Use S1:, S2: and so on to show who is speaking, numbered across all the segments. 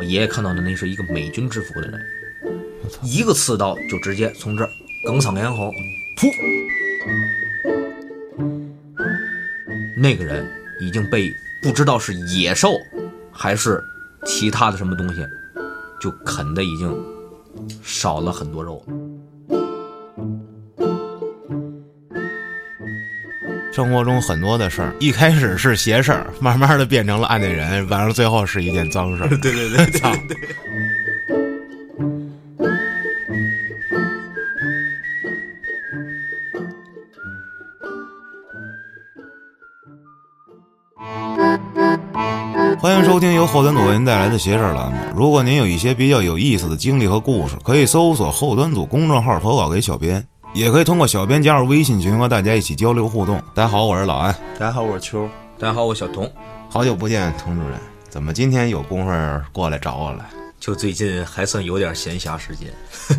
S1: 爷爷看到的那是一个美军制服的人，
S2: 我操！
S1: 一个刺刀就直接从这儿哽嗓咽喉，噗！那个人已经被不知道是野兽还是其他的什么东西，就啃的已经少了很多肉了。
S2: 生活中很多的事儿，一开始是邪事儿，慢慢的变成了案内人，完了最后是一件脏 事儿。
S1: 对对对，
S2: 操！欢迎收听由后端组为您带来的“邪事儿”栏目。如果您有一些比较有意思的经历和故事，可以搜索后端组公众号投稿给小编，也可以通过小编加入微信群和大家一起交流互动。大家好，我是老安，
S3: 大家好，我是秋。
S1: 大家好，我小童。
S2: 好久不见，佟主任，怎么今天有功夫过来找我来？
S1: 就最近还算有点闲暇时间，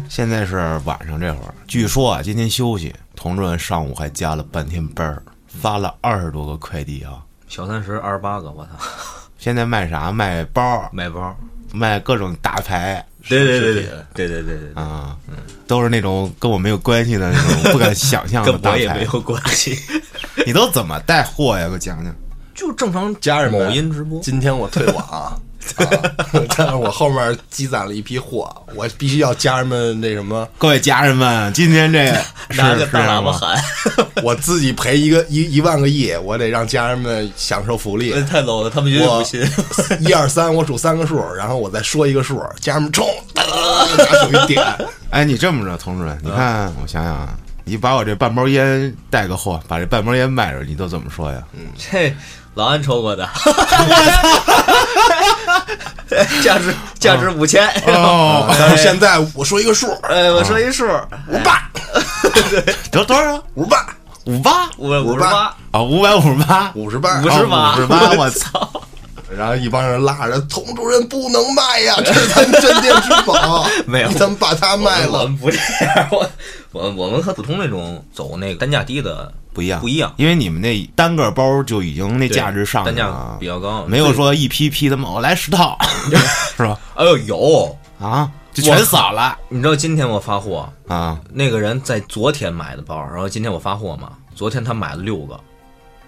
S2: 现在是晚上这会儿，据说啊，今天休息，佟主任上午还加了半天班儿，发了二十多个快递啊。
S1: 小三十二十八个，我操，
S2: 现在卖啥？卖包，
S1: 买包。
S2: 卖各种大牌
S1: 对对对
S3: 实
S1: 对
S3: 体
S1: 对对对对，
S2: 啊，都是那种跟我没有关系的那种，不敢想象的
S1: 跟
S2: 大
S1: 我
S2: 牌。
S1: 也没有关系，
S2: 你都怎么带货呀？给我讲讲。
S1: 就正常
S3: 家人们
S1: 某音直播。
S3: 今天我退网， 啊，但是我后面积攒了一批货，我必须要家人们那什么，
S2: 各位家人们，今天这 是
S1: 拿个
S2: 是这
S1: 大
S2: 样
S1: 喇叭
S2: 吗？
S1: 喊，。
S3: 我自己赔一个一一万个亿，我得让家人们享受福利
S1: 太 low 了，他们绝对不
S3: 我
S1: 信。
S3: 一二三，我数三个数，然后我再说一个数，家人们冲，哒拿手 一点。
S2: 哎，你这么着，佟主任，你看，
S1: 嗯
S2: 我想想啊，你把我这半包烟带个货，把这半包烟卖着，你都怎么说 呀？
S1: 嗯这老安抽过的， 价值价值五千。
S2: 哦，
S3: 啊但是现在我说一个数，
S1: 哎，我说一数，
S3: 五八
S2: 得多少？
S3: 五八
S2: 五八
S1: 五五十
S3: 十八
S1: 八，
S2: 啊，五百五十八，
S3: 五十八
S1: 五，十八，
S2: 五十八，我操！
S3: 然后一帮人拉着佟主任不能卖 呀，这是咱们镇店之宝，
S1: 没有
S3: 咱们把它卖
S1: 我
S3: 了。
S1: 们不这样，我我我们和普通那种走那个单价低的
S2: 不一样，
S1: 不一样，
S2: 因为你们那单个包就已经那
S1: 对
S2: 价值上去
S1: 单
S2: 了
S1: 价
S2: 啊
S1: 比，较高，
S2: 没有说一批批的嘛，我来十套， 是吧？
S1: 哎呦有，
S2: 啊，就全扫了
S1: 你知道今天我发货，
S2: 啊！
S1: 那个人在昨天买的包，然后今天我发货嘛，昨天他买了六个，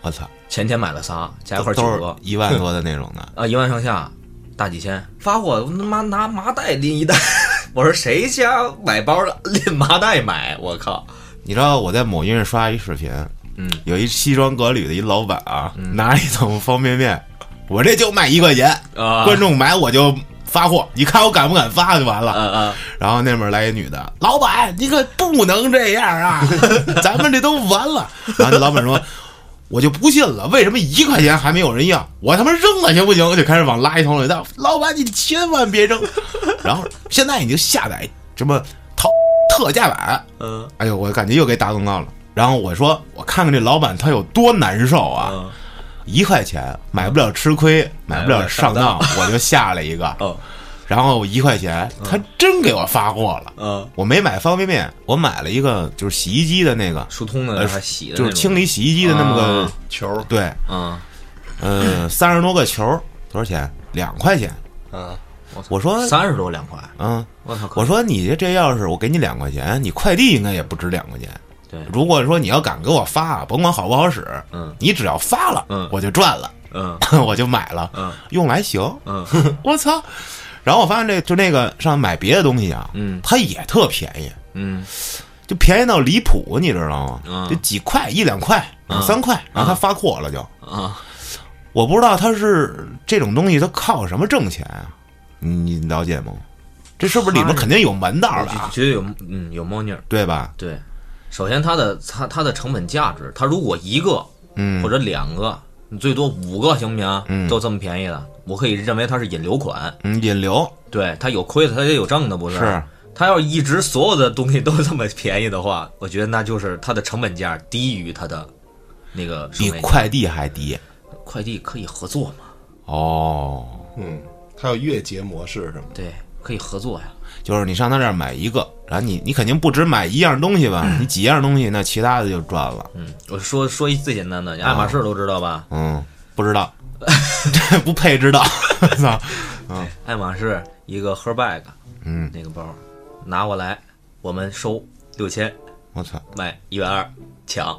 S2: 我操，
S1: 前天买了仨，加一块儿九
S2: 都
S1: 个
S2: 是，一万多的那种的，
S1: 啊，一万上下，大几千。发货，我他妈拿麻袋拎一袋。 我说谁家买包了拎麻袋买？我靠！
S2: 你知道我在某音上刷一视频，
S1: 嗯，
S2: 有一西装革履的一老板啊，拿一桶方便面， 我这就卖一块钱，
S1: 啊
S2: 观众买我就发货，你看我敢不敢发就完了。
S1: 啊啊！
S2: 然后那边来一女的，老板，你可不能这样啊， 咱们这都完了。然后那老板说。我就不信了，为什么一块钱还没有人要？我他妈扔了行不行？我就开始往垃圾桶里倒。老板，你千万别扔。 然后现在你就下载什么淘特价版，
S1: 嗯
S2: 哎呦，我感觉又给打广告了。然后我说，我看看这老板他有多难受啊！
S1: 嗯
S2: 一块钱买不了吃亏，买不了上当，我就下了一个。
S1: 哦
S2: 然后一块钱，他真给我发货了。
S1: 嗯，
S2: 我没买方便面，我买了一个就是洗衣机的那个，
S1: 疏通的
S2: 呃
S1: 还洗的那
S2: 就
S1: 种，
S2: 是清理洗衣机的那么个
S1: 啊
S3: 球，
S2: 对，
S1: 嗯
S2: 呃，三十多个球，多少钱？两块钱。
S3: 嗯，
S2: 我说，
S1: 三十多两块，
S2: 嗯，
S1: 我操！
S2: 呃我说你这这要是我给你两块钱，你快递应该也不值两块钱。
S1: 对，
S2: 如果说你要敢给我发，甭管好不好使，
S1: 嗯
S2: 你只要发了，
S1: 嗯
S2: 我就赚了，
S1: 嗯
S2: 我就买了，
S1: 嗯
S2: 用来行，
S1: 嗯，
S2: 我操！然后我发现这就那个上买别的东西啊，
S1: 嗯
S2: 它也特便宜，
S1: 嗯
S2: 就便宜到离谱，你知道吗？
S1: 嗯
S2: 就几块一两块两三块，然后它发货了就，
S1: 啊，
S2: 我不知道它是这种东西它靠什么挣钱啊？你你了解吗？这是不是里面
S1: 它
S2: 肯定有门道的
S1: 绝
S2: 啊？
S1: 绝对有嗯有猫腻儿。
S2: 对吧？
S1: 对，首先它的它它的成本价值，它如果一个
S2: 嗯
S1: 或者两个，你最多五个行不行？
S2: 嗯
S1: 都这么便宜的，我可以认为它是引流款。
S2: 嗯，引流
S1: 对，它有亏的，它也有挣的，不是？
S2: 是
S1: 它要一直所有的东西都这么便宜的话，我觉得那就是它的成本价低于它的那个收
S2: 比
S1: 费。
S2: 快递还低
S1: 快递可以合作嘛？
S2: 哦。
S3: 嗯，它有月结模式什么
S1: 对，可以合作呀。
S2: 就是你上他这儿买一个，然后你你肯定不只买一样东西吧？你几样东西，那其他的就赚了。
S1: 嗯，啊我说说一最简单的，你爱马仕都知道吧？啊
S2: 嗯，不知道，这不配知道。操，
S1: 爱马仕一个 Herbag
S2: 嗯，
S1: 那个包，拿过来，我们收六千，
S2: 我操，
S1: 卖一百二，抢，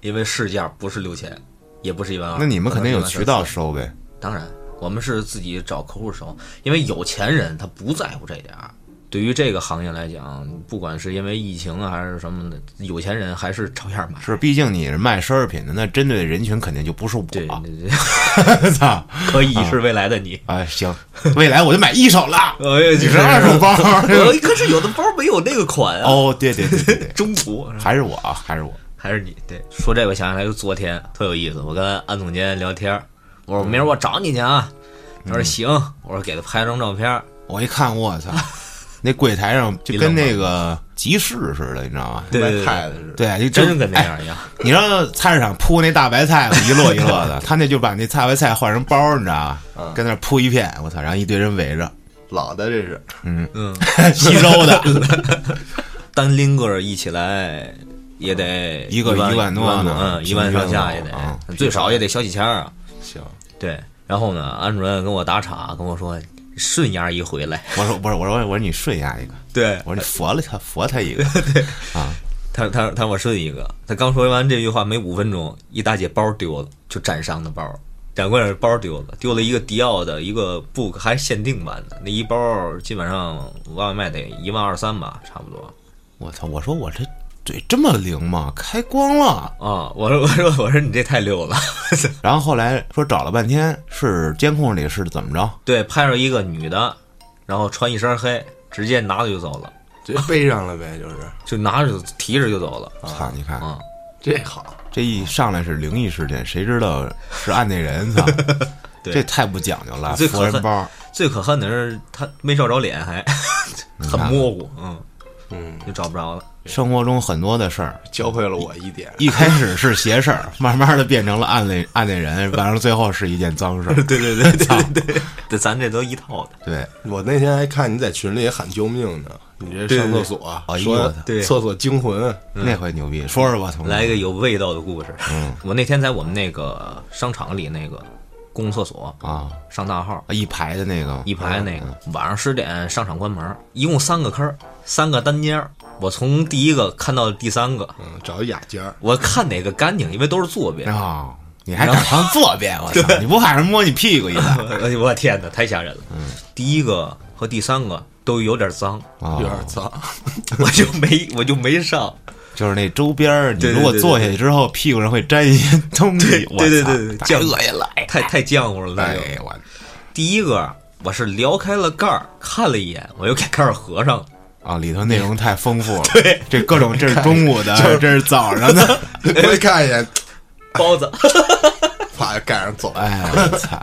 S1: 因为市价不是六千，也不是一万二。
S2: 那你们肯定有
S1: 可能是
S2: 渠道收呗？
S1: 当然，我们是自己找客户收，因为有钱人他不在乎这点儿。对于这个行业来讲，不管是因为疫情啊还是什么的，有钱人还是照样买。
S2: 是，毕竟你是卖奢侈品的，那针对的人群肯定就不是
S1: 对，
S2: 我。
S1: 对对
S2: 操
S1: 可以是未来的你。，
S2: 啊，行，未来我就买一手了
S1: 哎，
S2: 你是二手 包。
S1: 呃， 可是有的包没有那个款啊，
S2: 哦，对对对对对，
S1: 中途
S2: 还是我啊，还是我。
S1: 还是你对。说这个想起来，就昨天特有意思，我跟安总监聊天儿，我说明儿我找你去啊，他说行，我说给他拍张照片儿，
S2: 我一看，我 操，那柜台上就跟那个集市似的，你知道吗？
S1: 对对
S3: 卖
S1: 对，
S3: 菜的是
S2: 对，就
S1: 真跟那
S2: 哎
S1: 样一样，
S2: 你知道菜市场铺那大白菜吗？一摞一摞的，他那就把那大白菜换成包，你知道吗？跟那儿铺一片，我操，然后一堆人围着
S3: 老的这是，
S1: 嗯。
S2: 吸收的，
S1: 单拎个一起来也得
S2: 一个
S1: 万
S2: 一
S1: 一
S2: 万多呢
S1: 嗯，一
S2: 平
S1: 万上
S2: 均
S1: 下
S2: 了
S1: 也得，
S2: 啊
S1: 最少也得小几千儿啊。
S3: 行，
S1: 对，然后呢，安主任跟我打岔，跟我说顺牙一回 来，
S2: 我说不是，我说我说你顺压一个，
S1: 对
S2: 我说你佛了他佛他一个，
S1: 他他他我顺一个，他刚说完这句话没五分钟，一大姐包丢了，就展商的包。展柜上包丢了，丢了一个迪奥的一个 book，还限定版的，那一包基本上外卖得一万二三吧，差不多。
S2: 我操，我说我这嘴这么灵吗？开光了。
S1: 啊、我说我 说我说你这太溜了，
S2: 然后后来说找了半天是监控里是怎么着？
S1: 对，拍着一个女的，然后穿一身黑，直接拿着就走了，
S3: 直接背上了呗，就是
S1: 就拿着就提着就走了。
S2: 操，你看
S1: 啊、
S3: 这好，
S2: 这一上来是灵异事件，谁知道是按那人？操，
S1: 对
S2: 这太不讲究了，
S1: 最可
S2: 佛人
S1: 恨
S2: 包。
S1: 最可恨的是他没照着脸，还很模糊，嗯嗯，就找不着了。
S2: 生活中很多的事儿，
S3: 教会了我一点，
S2: 一开始是邪事儿，慢慢的变成了暗恋暗恋人，完了最后是一件脏事儿。
S1: 对对对对对对，咱这都一套的。
S2: 对，
S3: 我那天还看你在群里喊救命呢，你这上厕所
S2: 对对对哎呦
S3: 说
S2: 我操
S1: 对
S3: 厕所惊魂，
S2: 那回牛逼，说说吧，同
S1: 嗯
S2: 志。
S1: 来一个有味道的故事。我那天在我们那个商场里那个公共厕所
S2: 啊，嗯
S1: 上大号，
S2: 一排的那个，
S1: 一排那个，晚上十点商场关门，一共三个坑儿，三个单间儿。我从第一个看到第三个，
S3: 嗯，找雅间儿，
S1: 我看哪个干净，因为都是坐便。
S2: 啊，你还敢上坐便？我操，你不怕人摸你屁股一 下？
S1: 哎呦我天哪，太吓人了！第一个和第三个都有点 脏，
S3: 有
S2: 啊，
S3: 点脏，
S1: 我就没我就没上。
S2: 就是那周边儿，你
S1: 对对
S2: 如果
S1: 对对
S2: 坐下去之后，屁股上会沾一些东西。我
S1: 对对
S2: 操
S1: 对对，
S2: 太
S1: 酱
S2: 恶心了。
S1: 太太浆糊了那
S2: 哎
S1: 就。
S2: 我
S1: 第一个我是撩开了盖儿，看了一眼，我又给盖儿合上了。
S2: 啊，里头内容太丰富了。对，这各种这是中午的，这是早上 的。
S3: 我一哎看一眼，
S1: 包子，
S3: 啪盖上走，
S2: 哎，我操！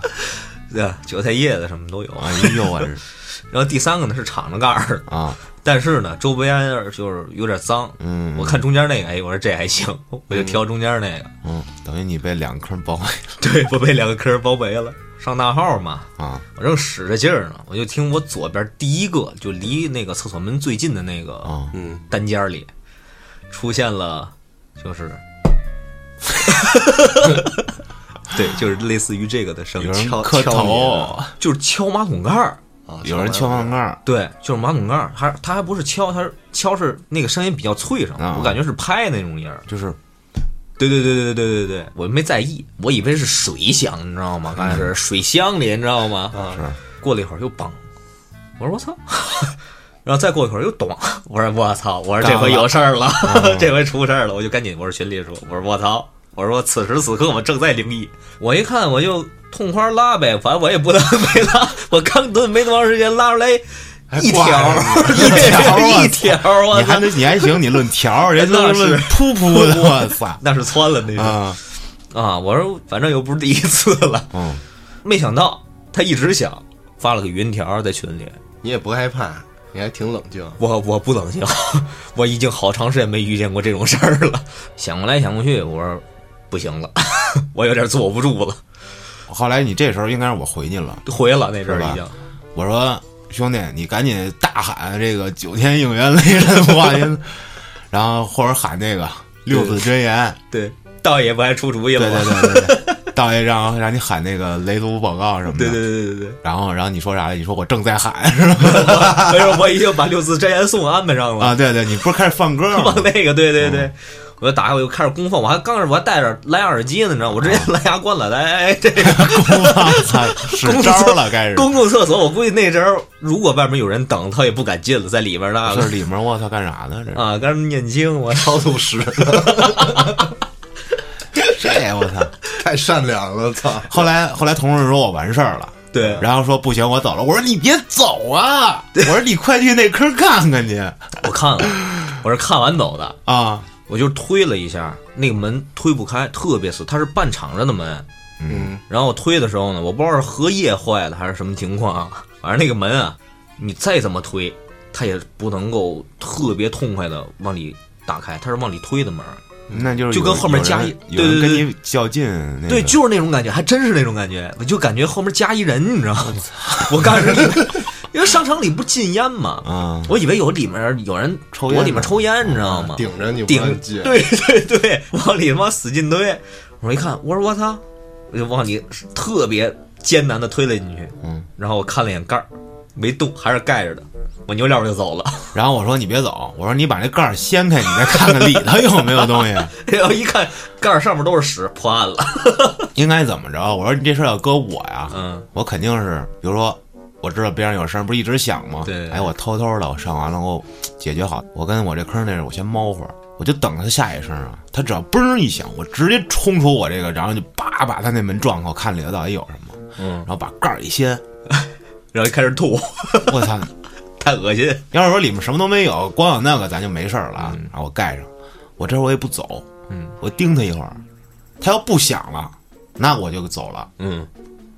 S1: 对吧，韭菜叶子什么都有。
S2: 哎呦，我日
S1: 然后第三个呢是敞着盖儿，
S2: 啊，
S1: 但是呢周边就是有点脏。
S2: 嗯
S1: 我看中间那个，哎，我说这还行，我就挑中间那个。
S2: 嗯，等于你被两坑包围
S1: 对，我被两个坑儿包围了。上大号嘛，
S2: 啊。
S1: 我正使着劲儿呢，我就听我左边第一个就离那个厕所门最近的那个
S2: 啊
S3: 嗯，
S1: 单间儿里，出现了， 就是，对，就是类似于这个的声
S2: 有
S1: 音，
S2: 人
S3: 敲
S2: 磕
S3: 敲你
S2: 头，
S1: 啊就是敲马桶盖儿，
S3: 啊，
S2: 有人敲
S3: 门，
S2: 饭盖儿，
S1: 对，就是马桶盖儿，还他还不是敲，他是敲是那个声音比较脆声，
S2: 啊
S1: 我感觉是拍那种音儿。
S2: 就是
S1: 对对对对对对对对，我没在意，我以为是水响，你知道吗？刚开始水箱里，你知道吗？
S2: 是
S1: 过了一会儿又梆，我说我操， 然后再过一会儿又咚，我说我操，我说这回有事儿了， 这回出事儿了，我就赶紧我说群里说，我说我操，我说此时此刻我正在灵异，我一看我就痛快拉呗，反正我也不能没拉， 我刚蹲没多长时间拉出来一条
S3: 挂
S1: 儿
S3: 了
S2: 条
S1: 一条啊儿，我
S2: 你还
S1: 操，
S2: 得你还行，你论条 儿，人都
S1: 那
S2: 是论
S1: 是
S2: 噗噗 的，我操
S1: 那是窜了那是
S2: 啊，
S1: 啊，我说反正又不是第一次了，
S2: 嗯，
S1: 没想到他一直想发了个语音条儿在群里，
S3: 你也不害怕，你还挺冷静，
S1: 我我不冷静， 我已经好长时间没遇见过这种事儿了。想过来想过去，我说不行了， 我有点坐不住了，
S2: 后来你这时候应该是我回你了，
S1: 回了那阵儿
S2: 是吧
S1: 已经。
S2: 我说兄弟，你赶紧大喊这个九天应元雷神化音，然后或者喊那个六字真言，
S1: 对，道爷不还出主意
S2: 对
S1: 了吗？
S2: 对对对对，道爷让让你喊那个雷族广告什么的，
S1: 对对对对对
S2: 然后然后你说啥来？你说我正在喊是 吧？
S1: 对，所以说我已经把六字真言颂安排上了，
S2: 啊，嗯对对，你不是开始放歌
S1: 放
S2: 吗？
S1: 那个，对对对。我就打开，我就开始公放，我还刚是我还戴着蓝牙耳机呢，你知道吗，我
S2: 啊
S1: 直接蓝牙关了。来，哎，这个
S2: 我操，使招了，开始。
S1: 公共厕所，我估计那时候如果外面有人等，他也不敢进了，在里边 那
S2: 这
S1: 个
S2: 里面我操干啥呢？这是
S1: 啊，跟他们念经，我
S3: 超度师
S2: 这我操！
S3: 太善良了，操！
S2: 后来后来同事说我完事儿了，
S1: 对
S3: 啊
S2: 然后说不行，我走了。我说你别走啊！我说你快去那坑看看去
S1: 我看了，我是看完走的，
S2: 啊！
S1: 我就推了一下，那个门推不开，特别死，它是半敞着的门。
S3: 嗯，
S1: 然后我推的时候呢，我不知道是荷叶坏了还是什么情况啊，反正那个门啊，你再怎么推，它也不能够特别痛快的往里打开，它是往里推的门。
S2: 那就是
S1: 就跟
S2: 有
S1: 后面
S2: 有
S1: 加
S2: 人
S1: 一
S2: 有
S1: 对
S2: 人
S1: 对
S2: 跟
S1: 对
S2: 你较劲，那
S1: 对，
S2: 个
S1: 就是那种感觉，还真是那种感觉，我就感觉后面加一人，你知道吗？我刚始因为商场里不禁烟嘛，
S2: 啊，
S1: 我以为有里面有人
S2: 抽烟
S1: 我
S2: 呢
S1: 里面抽烟，你知道吗？
S3: 啊顶着你不
S1: 顶
S3: 让进，
S1: 对 对对，往里他妈使劲推。我一看，我说我操，我就往里特别艰难的推了进去。
S2: 嗯，
S1: 然后我看了一眼盖儿，没动，还是盖着的。我扭脸我就走了。
S2: 然后我说你别走，我说你把那盖儿掀开，你再看看里头有没有东西。
S1: 然后一看盖儿上面都是屎，破案了。
S2: 应该怎么着？我说你这事儿要搁我呀，
S1: 嗯，
S2: 我肯定是，比如说我知道边上有声，不是一直响吗？
S1: 对
S2: 哎，我偷偷的，我上完了，我解决好，我跟我这坑那儿，我先猫会儿，我就等他下一声啊。他只要嘣一响，我直接冲出我这个，然后就叭把他那门撞开，我看里头到底有什么，
S1: 嗯
S2: 然后把盖儿一掀，
S1: 然后就开始吐，
S2: 我操！
S1: 太恶心。
S2: 要是说里面什么都没有，光有那个咱就没事儿了啊。然后我盖上，我这会儿我也不走，
S1: 嗯，
S2: 我盯他一会儿，他要不响了，那我就走了。
S1: 嗯，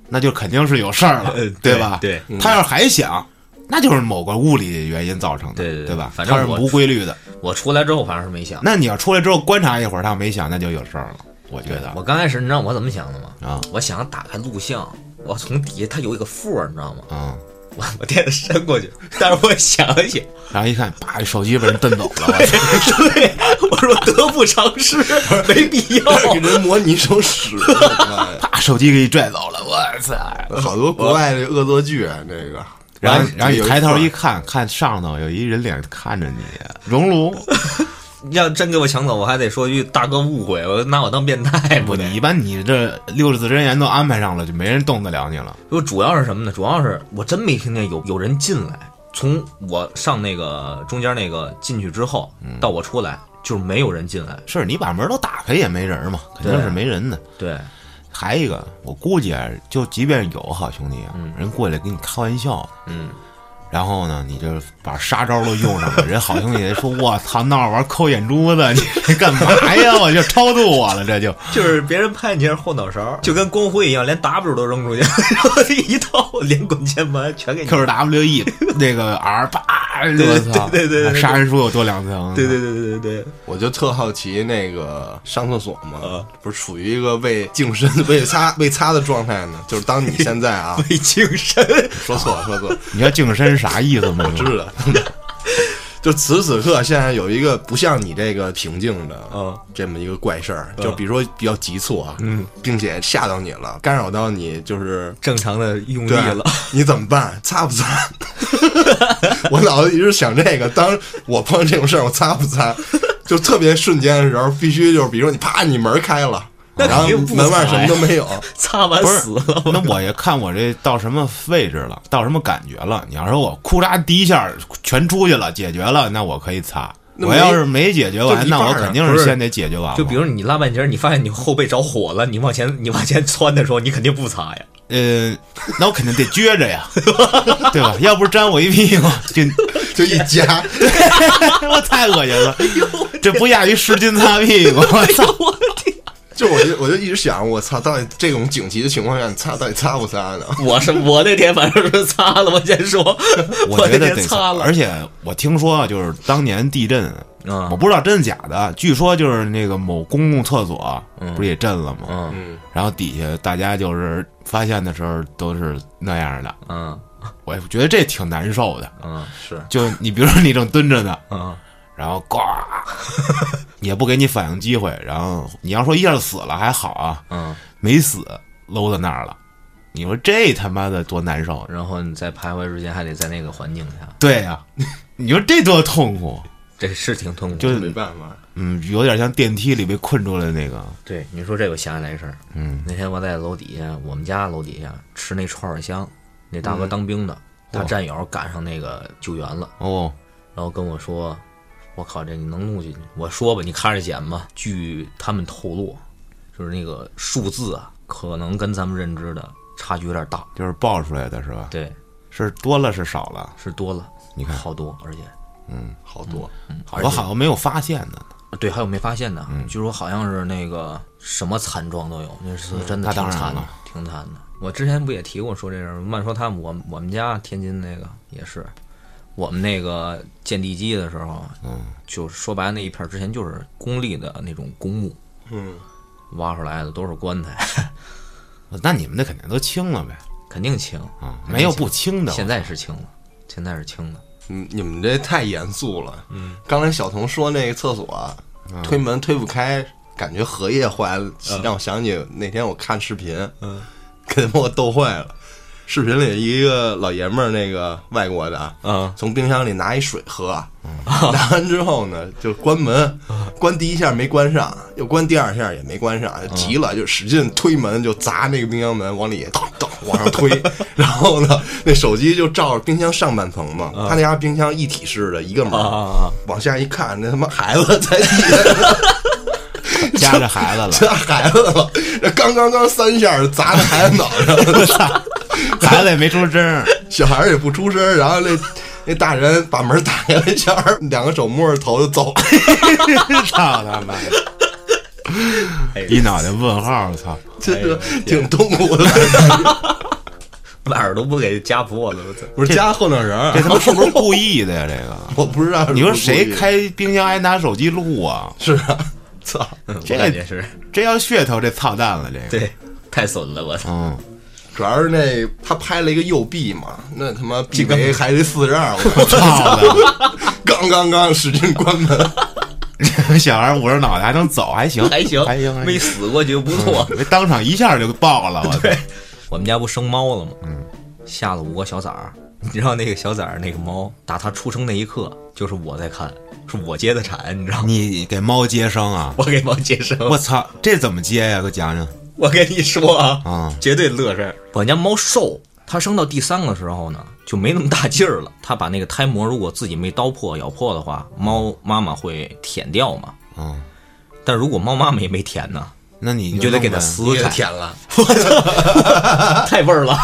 S2: 那就肯定是有事儿了，
S1: 呃
S2: 对
S1: 对
S2: 吧？
S1: 对
S3: 嗯
S2: 他要是还响，那就是某个物理原因造成的，
S1: 对对对
S2: 吧？
S1: 反正
S2: 它是
S1: 我
S2: 无规律的。
S1: 我出来之后反正是没想。
S2: 那你要出来之后观察一会儿，它没响，那就有事儿了。我觉得
S1: 啊我刚开始你知道我怎么想的吗？
S2: 啊，
S1: 我想打开录像，我从底下它有一个缝儿，你知道吗？
S2: 嗯，
S1: 我 我垫着伸过去，但是我想了想，
S2: 然后一看，把手机被人蹬走了，我操
S1: 对，我说得不偿失， 没必要。
S3: 给人模拟成屎，我的妈 呀！
S2: 把手机给你拽走了，我操！
S3: 好多国外的恶作剧啊，这个。
S2: 然后，然后你
S3: 有
S2: 抬头
S3: 块
S2: 一
S3: 儿，
S2: 看，看上头有一人脸看着 你，熔炉。
S1: 你要真给我抢走，我还得说句大哥误会，我拿我当变态不
S2: 不，
S1: 得
S2: 你？一般你这六字真言都安排上了，就没人动得了你了。
S1: 我主要是什么呢？主要是我真没听见有有人进来。从我上那个中间那个进去之后，到我出来就是没有人进来。
S2: 是你把门都打开也没人嘛，肯定
S1: 对啊
S2: 是没人的。
S1: 对，
S2: 还一个，我估计啊，就即便有好兄弟啊，人过来跟你开玩笑，
S1: 嗯，
S2: 然后呢，你就把杀招都用上了，人好兄弟也说：“我操，闹着玩抠眼珠子，你这干嘛呀？我就超度我了，这就
S1: 就是别人拍你是后脑勺，就跟光辉一样，连 W 都扔出去，然后一套连滚键盘全给你。
S2: QWE E，那个 R 叭，
S1: 对
S2: 我操，
S1: 对对对对对
S2: 杀人书有多两层，
S1: 对对对对对对，
S3: 我就特好奇那个上厕所嘛
S1: 啊，
S3: 不是处于一个未净身、 未擦、未擦的状态呢？就是当你现在啊，
S1: 被精神。
S3: 说错了，说错了，
S2: 你知道净身啥意思吗？
S3: 知道。就此时此刻，现在有一个不像你这个平静的，
S1: 嗯，
S3: 这么一个怪事儿，就比如说比较急促啊，嗯，并且吓到你了，干扰到你，就是
S1: 正常的用力
S3: 对
S1: 了，
S3: 你怎么办？擦不擦？ 我脑子一直想这个，当我碰到这种事儿，我擦不擦？就特别瞬间的时候，必须就是，比如说你啪，你门开了，
S1: 那
S3: 然后
S1: 肯定不
S3: 门外
S1: 擦
S3: 什么
S1: 呀
S3: 都没有，
S1: 擦完
S2: 不是
S1: 死了。
S2: 那我也看我这到什么位置了，到什么感觉了。你要说我库嚓第一下全出去了，解决了，那我可以擦。
S3: 那
S2: 我
S3: 没
S2: 要是没解决
S3: 就
S2: 完，
S3: 一半
S2: 那
S3: 儿啊
S2: 我肯定
S1: 不是
S2: 先得解决完了。
S1: 就比如你拉半截儿，你发现你后背着火了，你往前你往前窜的时候，你肯定不擦呀。
S2: 呃，那我肯定得撅着呀， 对吧？要不是粘我一屁股，就
S3: 就一夹，
S2: 我太恶心了。这不亚于湿巾擦屁股，我操！
S3: 就我就我就一直想，我操，到底这种紧急的情况下，你擦到底擦不擦呢？
S1: 我是我那天反正是擦了，我先说，
S2: 我觉
S1: 那
S2: 得
S1: 天
S2: 得
S1: 擦了
S2: 而。且我听说啊，就是当年地震，
S1: 嗯
S2: 我不知道真的假的，据说就是那个某公共厕所不是也震了吗？
S1: 嗯
S3: 嗯，
S2: 然后底下大家就是发现的时候都是那样的，
S1: 嗯
S2: 我觉得这挺难受的。
S1: 嗯
S3: 是
S2: 就你比如说你正蹲着呢，
S1: 嗯，
S2: 然后呱，也不给你反应机会，然后你要说一下死了还好啊，
S1: 嗯，
S2: 没死，搂在那儿了，你说这他妈的多难受！
S1: 然后你在徘徊之间还得在那个环境下，
S2: 对呀、你说这多痛苦，
S1: 这是挺痛苦的。
S2: 就
S3: 没
S2: 是
S3: 办法，
S2: 嗯，有点像电梯里被困住了那个，
S1: 对你说这我想起来一事儿，
S2: 嗯，
S1: 那天我在楼底下，我们家楼底下吃那串串香，那
S2: 嗯
S1: 大哥当兵的，他
S2: 嚯
S1: 战友赶上那个救援了，
S2: 哦，
S1: 然后跟我说：“我靠，这你能弄进去？”我说吧，你看着捡吧。据他们透露，就是那个数字啊，可能跟咱们认知的差距有点大，
S2: 就是爆出来的是吧？
S1: 对，
S2: 是多了是少了？
S1: 是多了，
S2: 你看
S1: 好多，而且嗯
S3: 好多
S1: 而且
S2: 我好像没有发现呢。
S1: 对，还有没发现的，
S2: 嗯
S1: 据说好像是那个什么惨状都有，那是真的
S2: 嗯那
S1: 挺
S2: 当然
S1: 惨的
S2: 了，
S1: 挺惨的。我之前不也提过说这事儿吗，慢说他们，我们我们家天津那个也是，我们那个建地基的时候，
S2: 嗯，
S1: 就说白了那一片儿之前就是公立的那种公墓，
S3: 嗯，
S1: 挖出来的都是棺材，
S2: 那你们那肯定都清了呗？
S1: 肯定清，
S2: 啊，没有不清的。
S1: 哎现在是清了，现在是清了。
S3: 你嗯你们这太严肃了。嗯，刚才小童说那个厕所啊推门推不开，感觉荷叶坏了，让我想起那天我看视频，嗯，给把我逗坏了。视频里一个老爷们儿，那个外国的啊，
S1: 嗯，
S3: 从冰箱里拿一水喝啊， 拿完之后呢，就关门，关第一下没关上，又关第二下也没关上，
S1: 嗯
S3: 就急了，就使劲推门，就砸那个冰箱门，往里咚咚往 上推，然后呢，那手机就照着冰箱上半层嘛，他那家冰箱一体式的一个门
S1: 嗯啊啊啊，
S3: 往下一看，那他妈孩子在地上。
S2: 夹着孩子了，
S3: 这孩子了，这刚刚刚三下砸那孩子脑袋上，
S2: 孩子也没出声儿。
S3: 小孩儿也不出声儿，然后那那大人把门打开了，小孩儿两个手摸着头就走
S1: 哎
S3: 了。
S2: 操他妈的！
S1: 哎
S2: 一脑袋问号，我操！
S3: 这个挺痛苦的。反正
S1: 外边都不给家破了，我操！
S3: 不是加后脑勺，啊
S1: 哎
S2: 这他妈是不是故意的呀？这 个，
S3: 我不知道。
S2: 你说谁？开冰箱还拿手机录啊？
S3: 是啊，操！
S1: 我感觉是
S2: 这要噱头，这操蛋了，这个。
S1: 对，太损了，我操！
S2: 嗯，
S3: 主要是那他拍了一个右臂嘛，那他妈臂围还得四十 二，我操
S2: 操的！
S3: 刚刚刚使劲关 门，
S2: 小孩捂着脑袋还能走，还行，
S1: 还行，
S2: 嗯还行，嗯还
S1: 没
S2: 行。
S1: 死过就不 错。
S2: 没当场一下就爆了，我操！
S1: 我们家不生猫了吗？嗯，下了五个小崽儿， 你知道那个小崽儿那个猫，打它出生那一刻，就是我在看，是我接的产，你知道吗？
S2: 你给猫接生啊？
S1: 我给猫接生，
S2: 我操，这怎么接呀、给我讲讲。
S1: 我跟你说啊，
S2: 啊
S1: 绝对乐事儿。我家猫瘦，它生到第三个时候呢，就没那么大劲儿了。 它把那个胎膜如果自己没刀破、咬破的话，猫妈妈会舔掉嘛。
S2: 嗯，
S1: 但如果猫妈妈也没舔呢，
S2: 那你
S1: 你就得给它
S2: 弄呗
S1: 撕开，
S3: 舔了，
S1: 太味儿了，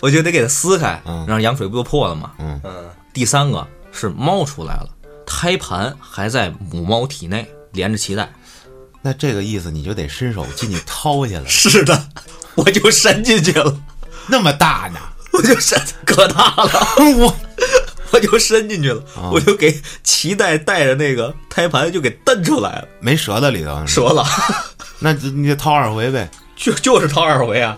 S1: 我就得给它撕开，
S2: 嗯
S1: 让羊水不就破了吗？
S3: 嗯，
S1: 第三个是猫出来了，胎盘还在母猫体内，连着脐带。
S2: 那这个意思你就得伸手进去掏去了，
S1: 是的，我就伸进去了，
S2: 那么大 呢？
S1: 我就伸可大了，
S2: 我
S1: 我就伸进去了，
S2: 哦
S1: 我就给脐带带着那个胎盘就给蹬出来了，
S2: 没舌头里头，
S1: 折了，
S2: 那就你就掏二回呗。
S1: 就就是掏二回啊，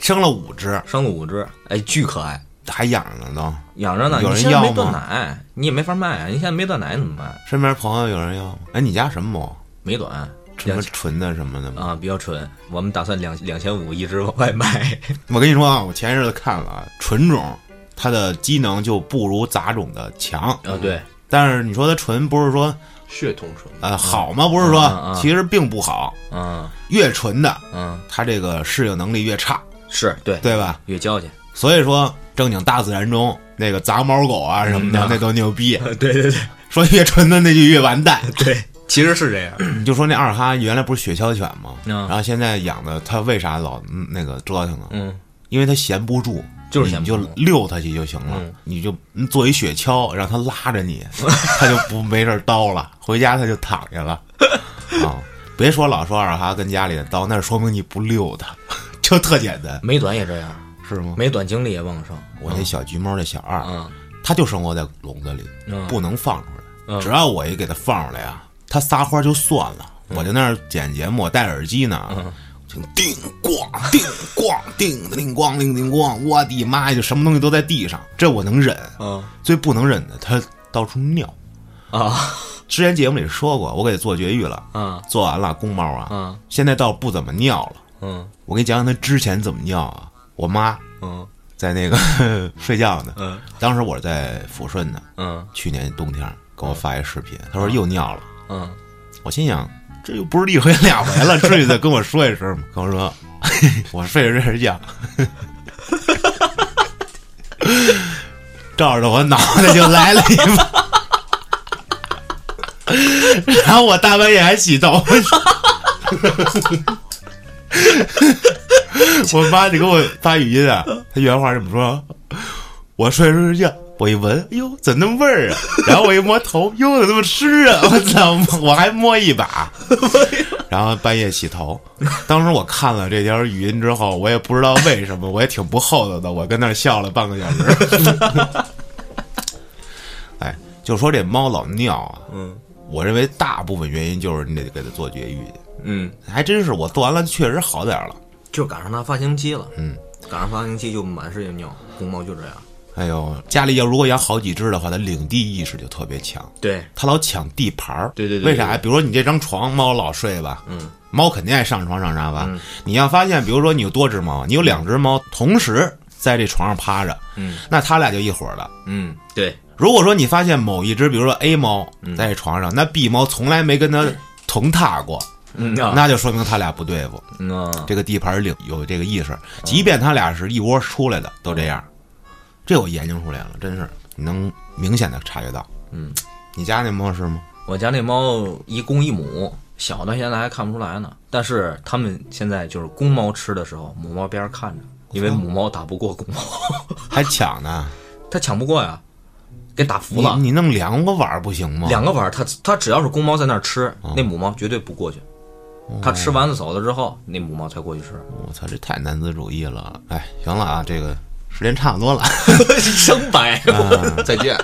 S2: 生了五只，
S1: 生了五只，哎，巨可爱，
S2: 还养着呢
S1: 养着呢。
S2: 有人
S1: 你现在
S2: 要
S1: 没
S2: 吗
S1: 断奶，你也没法卖啊，你现在没断奶怎么卖？
S2: 都。身边朋友有人要吗？哎，你家什么猫？
S1: 没短。
S2: 什么纯的什么的吗？
S1: 啊，比较蠢。我们打算两两千五一只往外卖，
S2: 我跟你说啊，我前日子看了啊，纯种它的机能就不如杂种的强，
S1: 啊，对，
S2: 但是你说它纯不是说
S3: 血统纯，
S2: 呃好吗？不是说、
S1: 嗯嗯
S2: 其实并不好，
S1: 嗯
S2: 越纯的
S1: 嗯，
S2: 它这个适应能力越差，
S1: 是对，
S2: 对吧？
S1: 越交去。
S2: 所以说正经大自然中那个杂毛狗啊什么的、
S1: 嗯啊
S2: 那都牛逼，
S1: 呃，对对对
S2: 说越纯的那就越完蛋。
S1: 对，其实是这样。
S2: 你就说那二哈原来不是雪橇犬吗？
S1: 嗯
S2: 然后现在养的它为啥老嗯那个折腾啊？
S1: 嗯，
S2: 因为它闲不住，
S1: 就是闲
S2: 你
S1: 不
S2: 就
S1: 住
S2: 遛它去就行了，你就嗯做一雪橇，让它拉 着你，它就不没事儿叨了，回家它就躺 下了。啊，别说老说二哈跟家里叨，那说明你不遛它，就特简单，
S1: 美短也这样，
S2: 是吗？
S1: 美短精力也旺盛。
S2: 我那小橘猫那小二，
S1: 嗯
S2: 它就生活在笼子里，
S1: 嗯
S2: 不能放出来。
S1: 嗯
S2: 只要我一给它放出来啊，它撒欢就算了。
S1: 嗯
S2: 我就那儿剪节目，我戴耳机呢，就叮咣叮咣叮叮咣叮叮咣，我的妈呀，就什么东西都在地上，这我能忍。
S1: 嗯
S2: 最不能忍的，它到处尿，
S1: 啊
S2: 之前节目里说过，我给做绝育了，
S1: 啊
S2: 做完了公猫啊，
S1: 啊
S2: 现在倒不怎么尿了。
S1: 嗯
S2: 我给你讲讲他之前怎么尿啊。我妈
S1: 嗯
S2: 在那个 睡觉呢，
S1: 嗯
S2: 当时我在抚顺呢，
S1: 嗯
S2: 去年冬天给我发一视频，她说又尿了。
S1: 嗯
S2: 我心想，这又不是一回两回了，至于再跟我说一声吗？跟我说， 我睡着睡着觉，照着我脑袋就来了一把，然后我大半夜还洗头。 我妈就给我发语音啊，她原话这么说：“我睡着睡觉，我一闻，哎呦，怎么那味儿啊？ 然后我一摸头，哟，怎么那么湿啊？ 我操，我还摸一 把，然后半夜洗头。当时我看了这条语音之后，我也不知道为什么，我也挺不厚道的，我跟那儿笑了半个小时。 哎，就说这猫老尿啊，
S1: 嗯
S2: 我认为大部分原因就是你得给它做绝育去，
S1: 嗯，
S2: 还真是我做完了确实好点儿了。
S1: 就赶上它发情期了，嗯，赶上发情期就满世界尿，公猫就这样，
S2: 哎呦，家里要如果养好几只的话，它领地意识就特别强。
S1: 对，
S2: 它老抢地盘儿。
S1: 对对对
S2: 为啥？比如说你这张床，猫老睡吧，嗯，猫肯定爱上床上沙发。
S1: 嗯
S2: 你要发现，比如说你有多只猫，你有两只猫同时在这床上趴着，
S1: 嗯，
S2: 那它俩就一伙儿了。
S1: 嗯对，
S2: 如果说你发现某一只，比如说 A 猫
S1: 嗯
S2: 在这床上，那 B 猫从来没跟它同榻过，
S1: 嗯啊
S2: 那就说明它俩不对付，
S1: 嗯
S2: 这个地盘儿领有这个意
S1: 啊
S2: 识。即便它俩是一窝出来的，都这样，
S1: 嗯
S2: 这我研究出来了，真是你能明显的察觉到。
S1: 嗯，
S2: 你家那猫是吗？
S1: 我家那猫一公一母，小的现在还看不出来呢。但是它们现在就是公猫吃的时候，母猫边上看着，因为母猫打不过公猫，
S2: 还抢呢？
S1: 它抢不过呀，给打服了。
S2: 你你弄两个碗儿不行吗？
S1: 两个碗儿，它它只要是公猫在那儿吃，那母猫绝对不过去。它吃完了走了之后，那母猫才过去吃。
S2: 我操，这太男子主义了！哎，行了啊，这个时间差不多了。
S1: 生 白，
S3: 再见。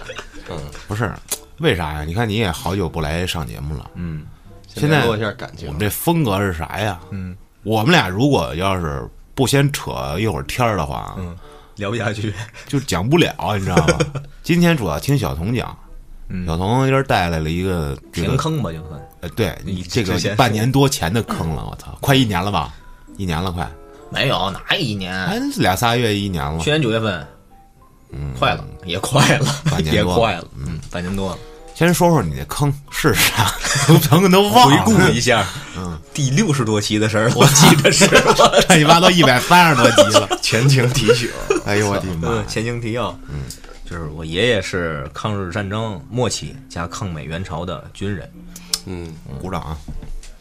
S2: 不是，为啥呀？你看你也好久不来上节目了，
S1: 嗯，
S2: 现在
S3: 落一下感情啊
S2: 我们，这风格是啥呀？嗯，我们俩如果要是不先扯一会儿天儿的话，嗯，
S1: 聊不下去。
S2: 就讲不了，你知道吗？今天主要听小童讲。小童今儿带来了一个这
S1: 填
S2: 个，
S1: 坑吧，就算。
S2: 呃，对
S1: 你
S2: 这个
S1: 之前说
S2: 半年多前的坑了，我操，快一年了吧？一年了，快，
S1: 没有哪一年，
S2: 哎，俩仨月一年了。
S1: 去年九月份，快了，也快了
S2: 半，年
S1: 也
S2: 多了
S1: 快了，嗯，半年多了。先
S2: 先说说你那坑是啥，我朋友都忘啊
S1: 回
S2: 了，
S1: 顾一下，啊 嗯，第六十多期的事儿了，我记得 是。
S2: 这你妈都一百三十多集 了。
S3: 前情提醒，
S2: 哎呦我的妈
S1: 嗯，
S2: 呀！
S1: 前情提要，嗯，就是我爷爷是抗日战争末期加抗美援朝的军人，
S3: 嗯，
S2: 鼓掌啊！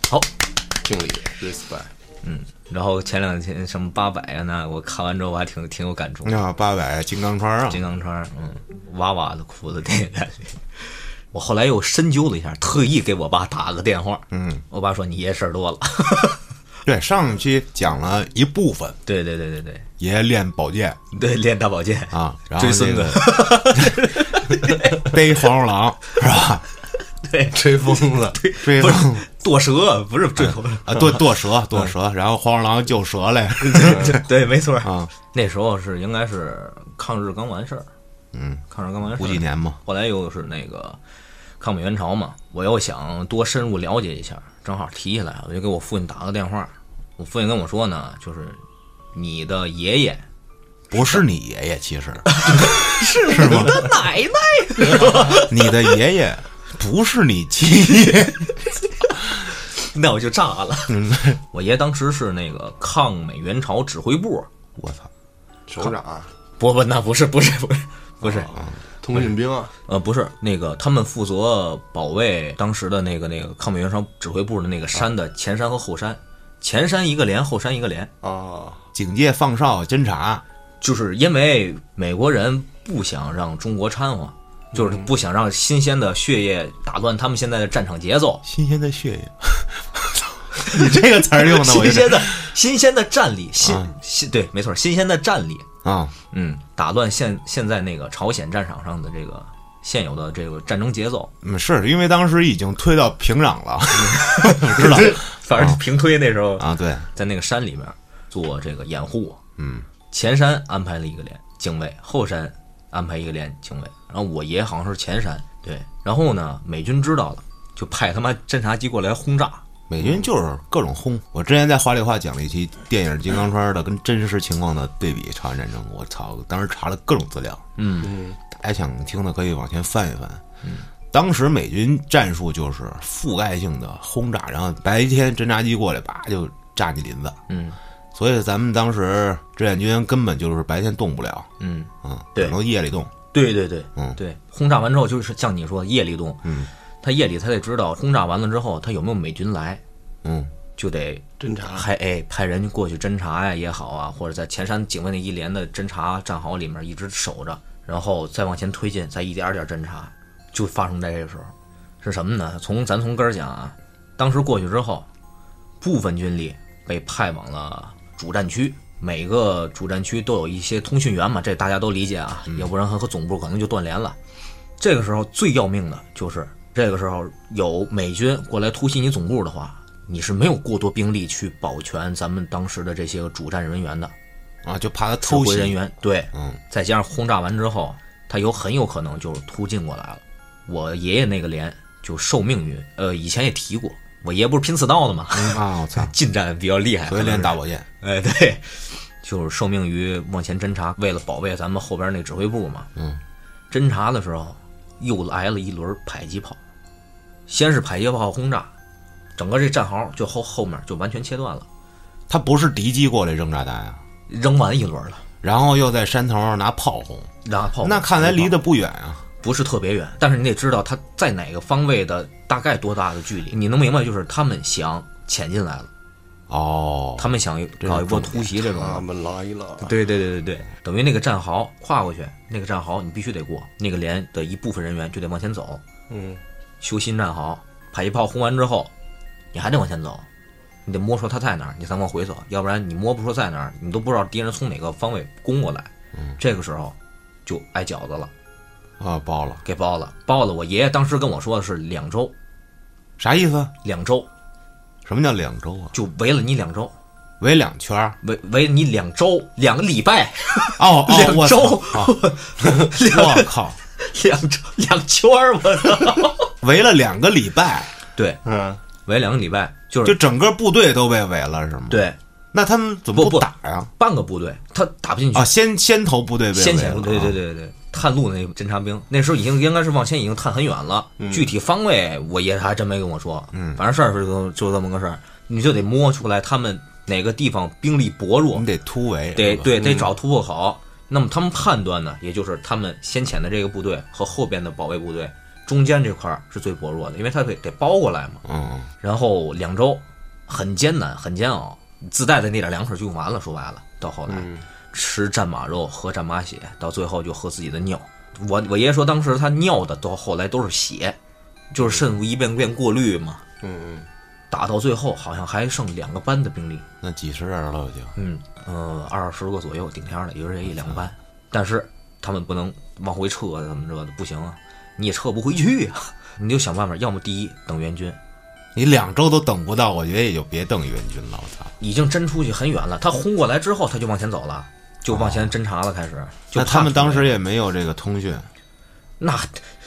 S1: 好，
S3: 敬礼，respect。
S1: 嗯，然后前两天什么八百啊，那我看完之后我还挺挺有感触
S2: 你，好，啊八百金刚川啊
S1: 金！刚川，嗯，哇哇的哭的那个感觉。我后来又深究了一下，特意给我爸打个电话，嗯，我爸说你爷事儿 多了，
S2: 对，上期讲了一部分，
S1: 对对对对对
S2: 爷爷练宝剑
S1: 对，练大保健，
S2: 啊，然后
S1: 追孙
S2: 这
S1: 子
S2: 个，逮黄鼠狼是吧？
S1: 对，
S3: 吹疯子，
S2: 追
S1: 不是
S2: 风
S1: 剁蛇，不是追头发。
S2: 啊， 剁剁蛇，剁蛇，然后黄鼠狼救蛇 来。
S1: 对，没错
S2: 啊。
S1: 那时候是应该是抗日刚完事儿，嗯，抗日刚完事
S2: 五
S1: 儿
S2: 几。年嘛，
S1: 后来又是那个抗美援朝嘛，我又想多深入了解一下，正好提起来，我就给我父亲打了个电话。我父亲跟我说呢，就是你的爷爷
S2: 不是你爷爷，其 实是是吗？
S1: 奶奶，
S2: 你的爷爷不是你亲爷。
S1: 那我就炸 了。我爷当时是那个抗美援朝指挥部，
S2: 我操！
S3: 首长，啊
S1: 不不，那不是不是不是不是，
S3: 通讯兵啊，
S1: 呃，不是那个，他们负责保卫当时的那个那个抗美援朝指挥部的那个山的前山和后山，前山一个连，后山一个连，
S3: 哦，
S2: 警戒、放哨、侦查，
S1: 就是因为美国人不想让中国掺和，就是不想让新鲜的血液打乱他们现在的战场节奏，
S2: 新鲜的血 液。你这个词儿用的，
S1: 新
S2: 我就
S1: 鲜的新鲜的战力，新新对，没错，新鲜的战力，
S2: 啊，
S1: 嗯，打乱现现在那个朝鲜战场上的这个现有的这个战争节奏，
S2: 嗯，是因为当时已经推到平壤 了， 我知道
S1: 反正平推那时候
S2: 啊，对，
S1: 在那个山里面做这个掩护。嗯，前山安排了一个连警卫，后山安排一个连警卫，然后我爷好像是前山，对，然后呢，美军知道了，就派他妈侦察机过来轰炸。
S2: 美军就是各种轰。我之前在话里话讲了一期电影《金刚川》的跟真实情况的对比朝鲜战争，我操，当时查了各种资料。
S1: 嗯，
S2: 大家想听的可以往前翻一翻。嗯，当时美军战术就是覆盖性的轰炸，然后白天侦察机过来，叭就炸你林子。
S1: 嗯
S2: 所以咱们当时志愿军根本就是白天动不了，
S1: 嗯，
S2: 嗯，
S1: 对
S2: 只能夜里动。
S1: 对对对，
S2: 嗯
S1: 对，轰炸完之后就是像你说夜里动，
S2: 嗯，
S1: 他夜里他得知道轰炸完了之后他有没有美军来，
S2: 嗯，
S1: 就得
S3: 侦查
S1: 还哎派人过去侦查呀也好啊，或者在前山警卫那一连的侦查战壕里面一直守着，然后再往前推进，再一点儿点儿侦查，就发生在这个时候，是什么呢？从咱从根儿讲啊，当时过去之后，部分军力被派往了主战区。每个主战区都有一些通讯员嘛，这大家都理解啊，要不然和和总部可能就断联了。这个时候最要命的就是，这个时候有美军过来突袭你总部的话，你是没有过多兵力去保全咱们当时的这些主战人员的
S2: 啊，就怕他
S1: 指
S2: 偷
S1: 挥
S2: 袭
S1: 人员。对，
S2: 嗯，
S1: 再加上轰炸完之后，他有很有可能就是突进过来了。我爷爷那个连就受命于，呃，以前也提过，我爷不是拼刺刀的嘛，！
S2: 嗯啊，我操
S1: 近战比较厉害，
S2: 所以练大火箭，
S1: 哎，对，就是受命于往前侦查，为了保卫咱们后边那指挥部嘛。
S2: 嗯，
S1: 侦查的时候又来了一轮迫击炮，先是迫击炮轰炸，整个这战壕就后后面就完全切断了，
S2: 他不是敌机过来扔炸弹啊，
S1: 扔完一轮了，
S2: 然后又在山头上拿炮轰，
S1: 然后炮
S2: 那看来离
S1: 得
S2: 得不远啊。
S1: 不是特别远，但是你得知道它在哪个方位的大概多大的距离，你能明白就是他们想潜进来了，
S2: 哦，
S1: 他们想搞一波突袭这种的
S2: 啊
S3: 他。们啊来了，
S1: 对对对对对，等于那个战壕跨过去，那个战壕你必须得过，那个连的一部分人员就得往前走，
S3: 嗯，
S1: 修新战壕，迫击炮轰完之后，你还得往前走，你得摸出他在哪儿，你才往回走，要不然你摸不出在哪儿，你都不知道敌人从哪个方位攻过来。这个时候就挨饺子了，
S2: 啊爆了，
S1: 给包了，包了。我爷爷当时跟我说的是两周，
S2: 啥意思？
S1: 两周
S2: 什么叫两周啊？
S1: 就围了你两周，
S2: 围两圈儿？
S1: 围围了你两周，两个礼拜，
S2: 哦哦，
S1: 两
S2: 我
S1: 周
S2: 操啊我靠，
S1: 两周 两圈儿，我操！
S2: 围了两个礼拜，
S1: 对，
S3: 嗯，
S1: 围两个礼拜，就是
S2: 就整个部队都被围了是吗？，
S1: 对，
S2: 那他们怎么
S1: 不不
S2: 打呀？
S1: 半个部队他打不进去，
S2: 啊，先先头部队被
S1: 先
S2: 围
S1: 遣
S2: 了，
S1: 对对
S2: 啊，
S1: 对对，探路那侦察兵那时候已经应该是往前已经探很远了，具体方位我爷还真没跟我说，嗯，反正事儿是就就这么个事儿，你就得摸出来他们哪个地方兵力薄
S2: 我
S1: 弱
S2: 们，哦得突围，
S1: 得
S2: 是吧，
S1: 对得找突破口。那么他们判断呢，也就是他们先遣的这个部队和后边的保卫部队中间这块儿是最薄弱的，因为他得得包过来嘛。
S2: 嗯，
S1: 然后两周很艰难，很煎熬，自带的那点粮食就用完了。说白了，到后来、吃战马肉，喝战马血，到最后就喝自己的尿。我我爷爷说，当时他尿的到后来都是血，就是肾一遍遍过滤嘛。
S3: 嗯嗯，
S1: 打到最后好像还剩两个班的兵力，
S2: 那几十人了就，
S1: 嗯呃二十个左右顶天儿的，一人一
S2: 嗯
S1: 两个班。但是他们不能往回撤啊，怎么着的不行啊，你也撤不回去啊，
S2: 嗯
S1: 你就想办法，要么第一等援军，
S2: 你两周都等不到，我觉得也就别等援军了，我操，
S1: 已经真出去很远了。他轰过来之后，他就往前走了，就往前侦查了，开始。就
S2: 哦那
S1: 怕
S2: 他们当
S1: 出来
S2: 时也没有这个通讯，
S1: 那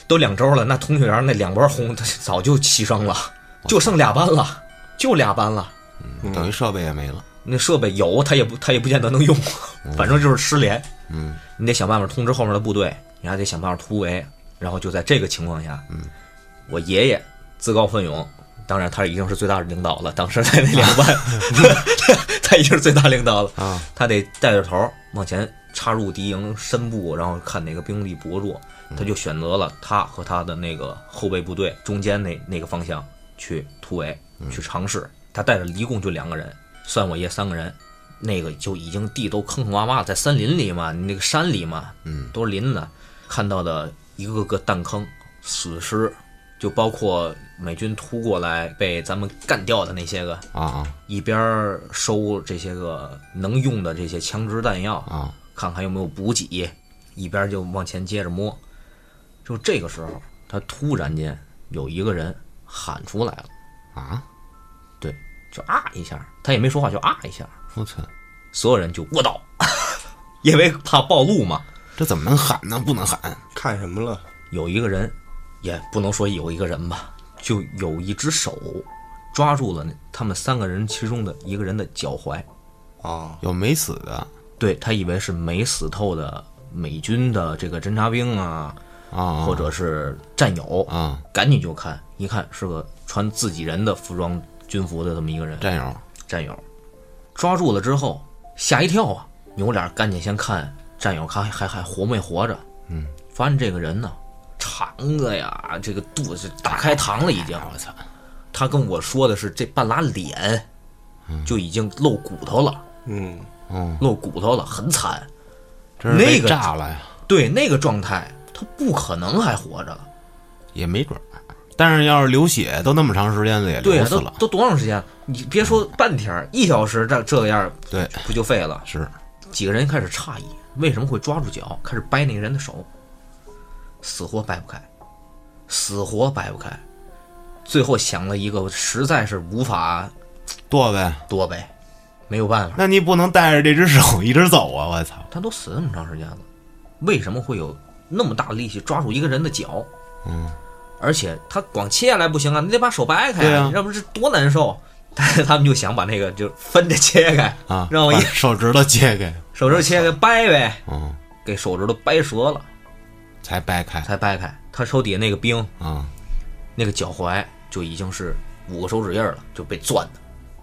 S1: 都两周了，那通讯员那两波轰他早就牺牲了，
S2: 哦
S1: 就剩俩班了，就俩班了。嗯
S2: 等于设备也没了，
S1: 那设备有，他也不他也不见得能用， 反正就是失联。
S2: 嗯，
S1: 你得想办法通知后面的部队，你还得想办法突围。然后就在这个情况下，嗯，我爷爷自告奋勇，当然他已经是最大的领导了，当时在那两班， 他已经是最大领导了
S2: 啊，
S1: 他得带着头儿往前插入敌营深部，然后看哪个兵力薄弱，他就选择了他和他的那个后备部队中间那那个方向去突围，去尝试。他带着一共就两个人，算我爷三个人，那个就已经地都坑坑洼洼，在森林里嘛，你那个山里嘛，
S2: 嗯，
S1: 都是林子，看到的一个个弹坑、死尸，就包括美军突过来被咱们干掉的那些个，
S2: 啊啊
S1: 一边儿收这些个能用的这些枪支弹药，
S2: 啊，
S1: 看看有没有补给，一边就往前接着摸。就这个时候，他突然间有一个人喊出来了，
S2: 啊，
S1: 对，就啊一下，他也没说话，就啊一下，
S2: 我操，
S1: 所有人就卧倒， 因为怕暴露嘛。
S2: 这怎么能喊呢？不能喊，
S3: 看什么了？
S1: 有一个人也不能说有一个人吧，就有一只手抓住了那他们三个人其中的一个人的脚踝。
S3: 啊，
S2: 有没死的
S1: 对他以为是没死透的美军的这个侦察兵啊，
S2: 啊，
S1: 或者是战友，
S2: 啊，
S1: 赶紧就看，一看是个穿自己人的服装军服的这么一个人
S2: 战友
S1: 战友，抓住了之后吓一跳啊，扭脸赶紧先看战友看还还活没活着，嗯，发现这个人呢，肠子呀，这个肚子打开膛了已经，我操，他跟我说的是这半拉脸就已经露骨头了，
S3: 嗯，
S1: 露骨头了，很惨，
S2: 真是被
S1: 那个
S2: 炸了呀，
S1: 对那个状态，他不可能还活着了。
S2: 也没准儿。但是要是流血都那么长时间了，也
S1: 对
S2: 流
S1: 啊，
S2: 死
S1: 都
S2: 了。
S1: 都多长时间？你别说半天儿，一小时这这个样儿
S2: 对，
S1: 不就废了？
S2: 是
S1: 几个人开始诧异，为什么会抓住脚，开始掰那个人的手，死活掰不开，死活掰不开。最后想了一个，实在是无法
S2: 剁呗。
S1: 多掰，没有办法。
S2: 那你不能带着这只手一直走啊！我操，
S1: 他都死那么长时间了，为什么会有那么大的力气抓住一个人的脚？嗯，而且他光切下来不行啊，你得把手掰开
S2: 对啊
S1: 要不这多难受。 但是他们就想把那个就分着切开
S2: 啊！
S1: 让我
S2: 把
S1: 一
S2: 手指头切开，
S1: 手指头切开掰呗，
S2: 嗯，
S1: 给手指头掰折了
S2: 才掰开
S1: 才掰开。他手底下那个兵
S2: 啊！
S1: 那个脚踝就已经是五个手指印儿了，就被攥的，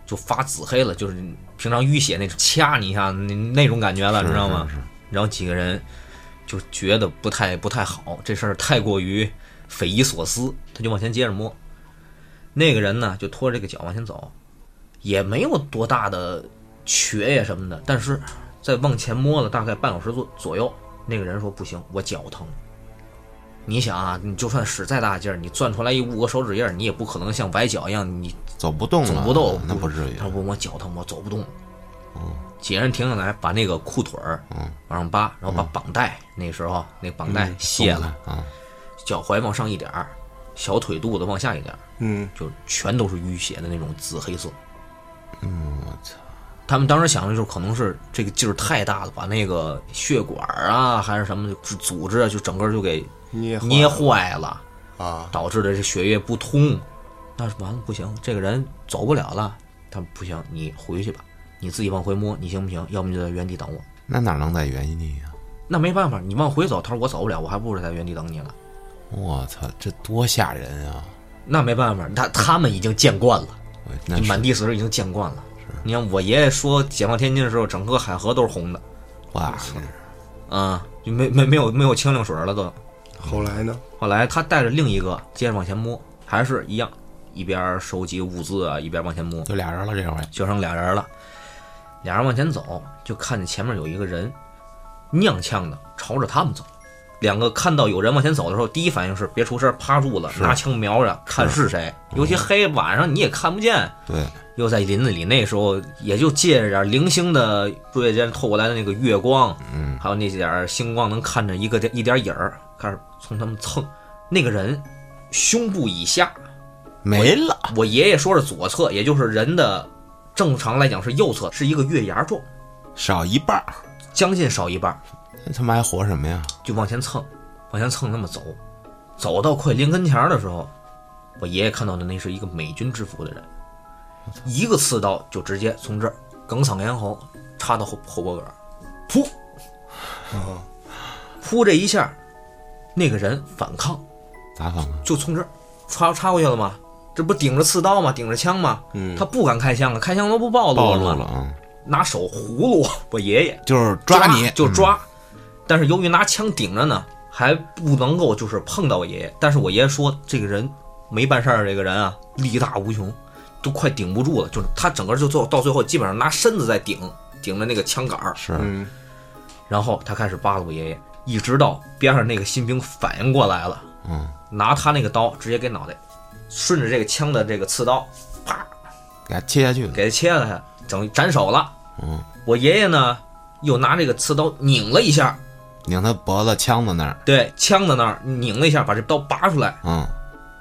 S1: 就发紫黑了，就是平常淤血那种掐你一下那那种感觉了，你知道吗？然后几个人就觉得不太不太好，这事儿太过于匪夷所思，他就往前接着摸。那个人呢，就拖着这个脚往前走，也没有多大的瘸呀什么的，但是在往前摸了大概半小时左左右，那个人说不行，我脚疼。你想啊，你就算使再大劲儿，你攥出来一五个手指印儿，你也不可能像崴脚一样，你
S2: 走不动了，
S1: 走不动，
S2: 啊
S1: 嗯
S2: 那不至于嗯
S1: 他。说我脚疼，我走不动。几个人停下来，把那个裤腿儿往上扒，然后把
S2: 嗯
S1: 绑带，那时候那绑带卸了，
S2: 啊！
S1: 脚踝往上一点儿，小腿肚子往下一点儿，
S3: 嗯，
S1: 就全都是淤血的那种紫黑色。
S2: 嗯我操，
S1: 他们当时想的就是可能是这个劲儿太大了，把那个血管儿啊还是什么就组织啊，就整个就给
S3: 捏坏
S1: 捏坏了。
S3: 啊，
S1: 导致的这血液不通，那是完了不行，这个人走不了了。他们不行，你回去吧，你自己往回摸，你行不行？要么就在原地等我。
S2: 那哪能在原地呀？
S1: 那没办法，你往回走，他说我走不了，我还不如在原地等你了。
S2: 我操，这多吓人啊！
S1: 那没办法，他他们已经见惯了，
S2: 我那
S1: 满地死尸已经见惯了。你看我爷爷说解放天津的时候，整个海河都是红的
S2: 哇，真是
S1: 啊，就没没没有没有清凉水了都。
S3: 后来呢？
S1: 后来他带着另一个接着往前摸，还是一样，一边收集物资啊，一边往前摸。
S2: 就俩人了，这回
S1: 就剩俩人了。俩人往前走，就看见前面有一个人，踉跄的朝着他们走。两个看到有人往前走的时候，第一反应是别出声，趴住了，拿枪瞄着看是嗯谁。尤其黑，晚上你也看不见。
S2: 对，
S1: 又在林子里，那时候也就借着点零星的树叶间透过来的那个月光，嗯，还有那点儿星光，能看着一个一点影儿，开始从他们蹭。那个人胸部以下
S2: 没了，
S1: 我爷爷说是左侧，也就是人的正常来讲是右侧，是一个月牙状，
S2: 少一半儿，
S1: 将近少一半儿，
S2: 那他妈还活什么呀？
S1: 就往前蹭，往前蹭那么走，走到快临跟前儿的时候，我爷爷看到的那是一个美军制服的人，一个刺刀就直接从这儿哽嗓咽喉插到后后脖梗儿，噗，噗这一下，那个人反抗，
S2: 咋反啊？
S1: 就从这儿插插过去了吗？这不顶着刺刀吗？顶着枪吗？
S3: 嗯
S1: 他不敢开枪了，开枪都不暴露
S2: 暴
S1: 了
S2: 露
S1: 吗？
S2: 了啊！
S1: 拿手葫芦我爷爷
S2: 就是你，嗯
S1: 就抓，但是由于拿枪顶着呢，还不能够就是碰到我爷爷。但是我爷爷说这个人没办事儿，这个人啊力大无穷，都快顶不住了，就是他整个就最后到最后基本上拿身子在顶顶着那个枪杆儿，
S2: 是
S3: 嗯，
S1: 然后他开始扒拉我爷爷，一直到边上那个新兵反应过来了，
S2: 嗯，
S1: 拿他那个刀直接给脑袋，顺着这个枪的这个刺刀，啪
S2: 给他切下去了，
S1: 给他切下来，整斩首了。
S2: 嗯，
S1: 我爷爷呢，又拿这个刺刀拧了一下，
S2: 拧他脖子腔子那儿，
S1: 对，枪在那儿拧了一下，把这刀拔出来，
S2: 嗯，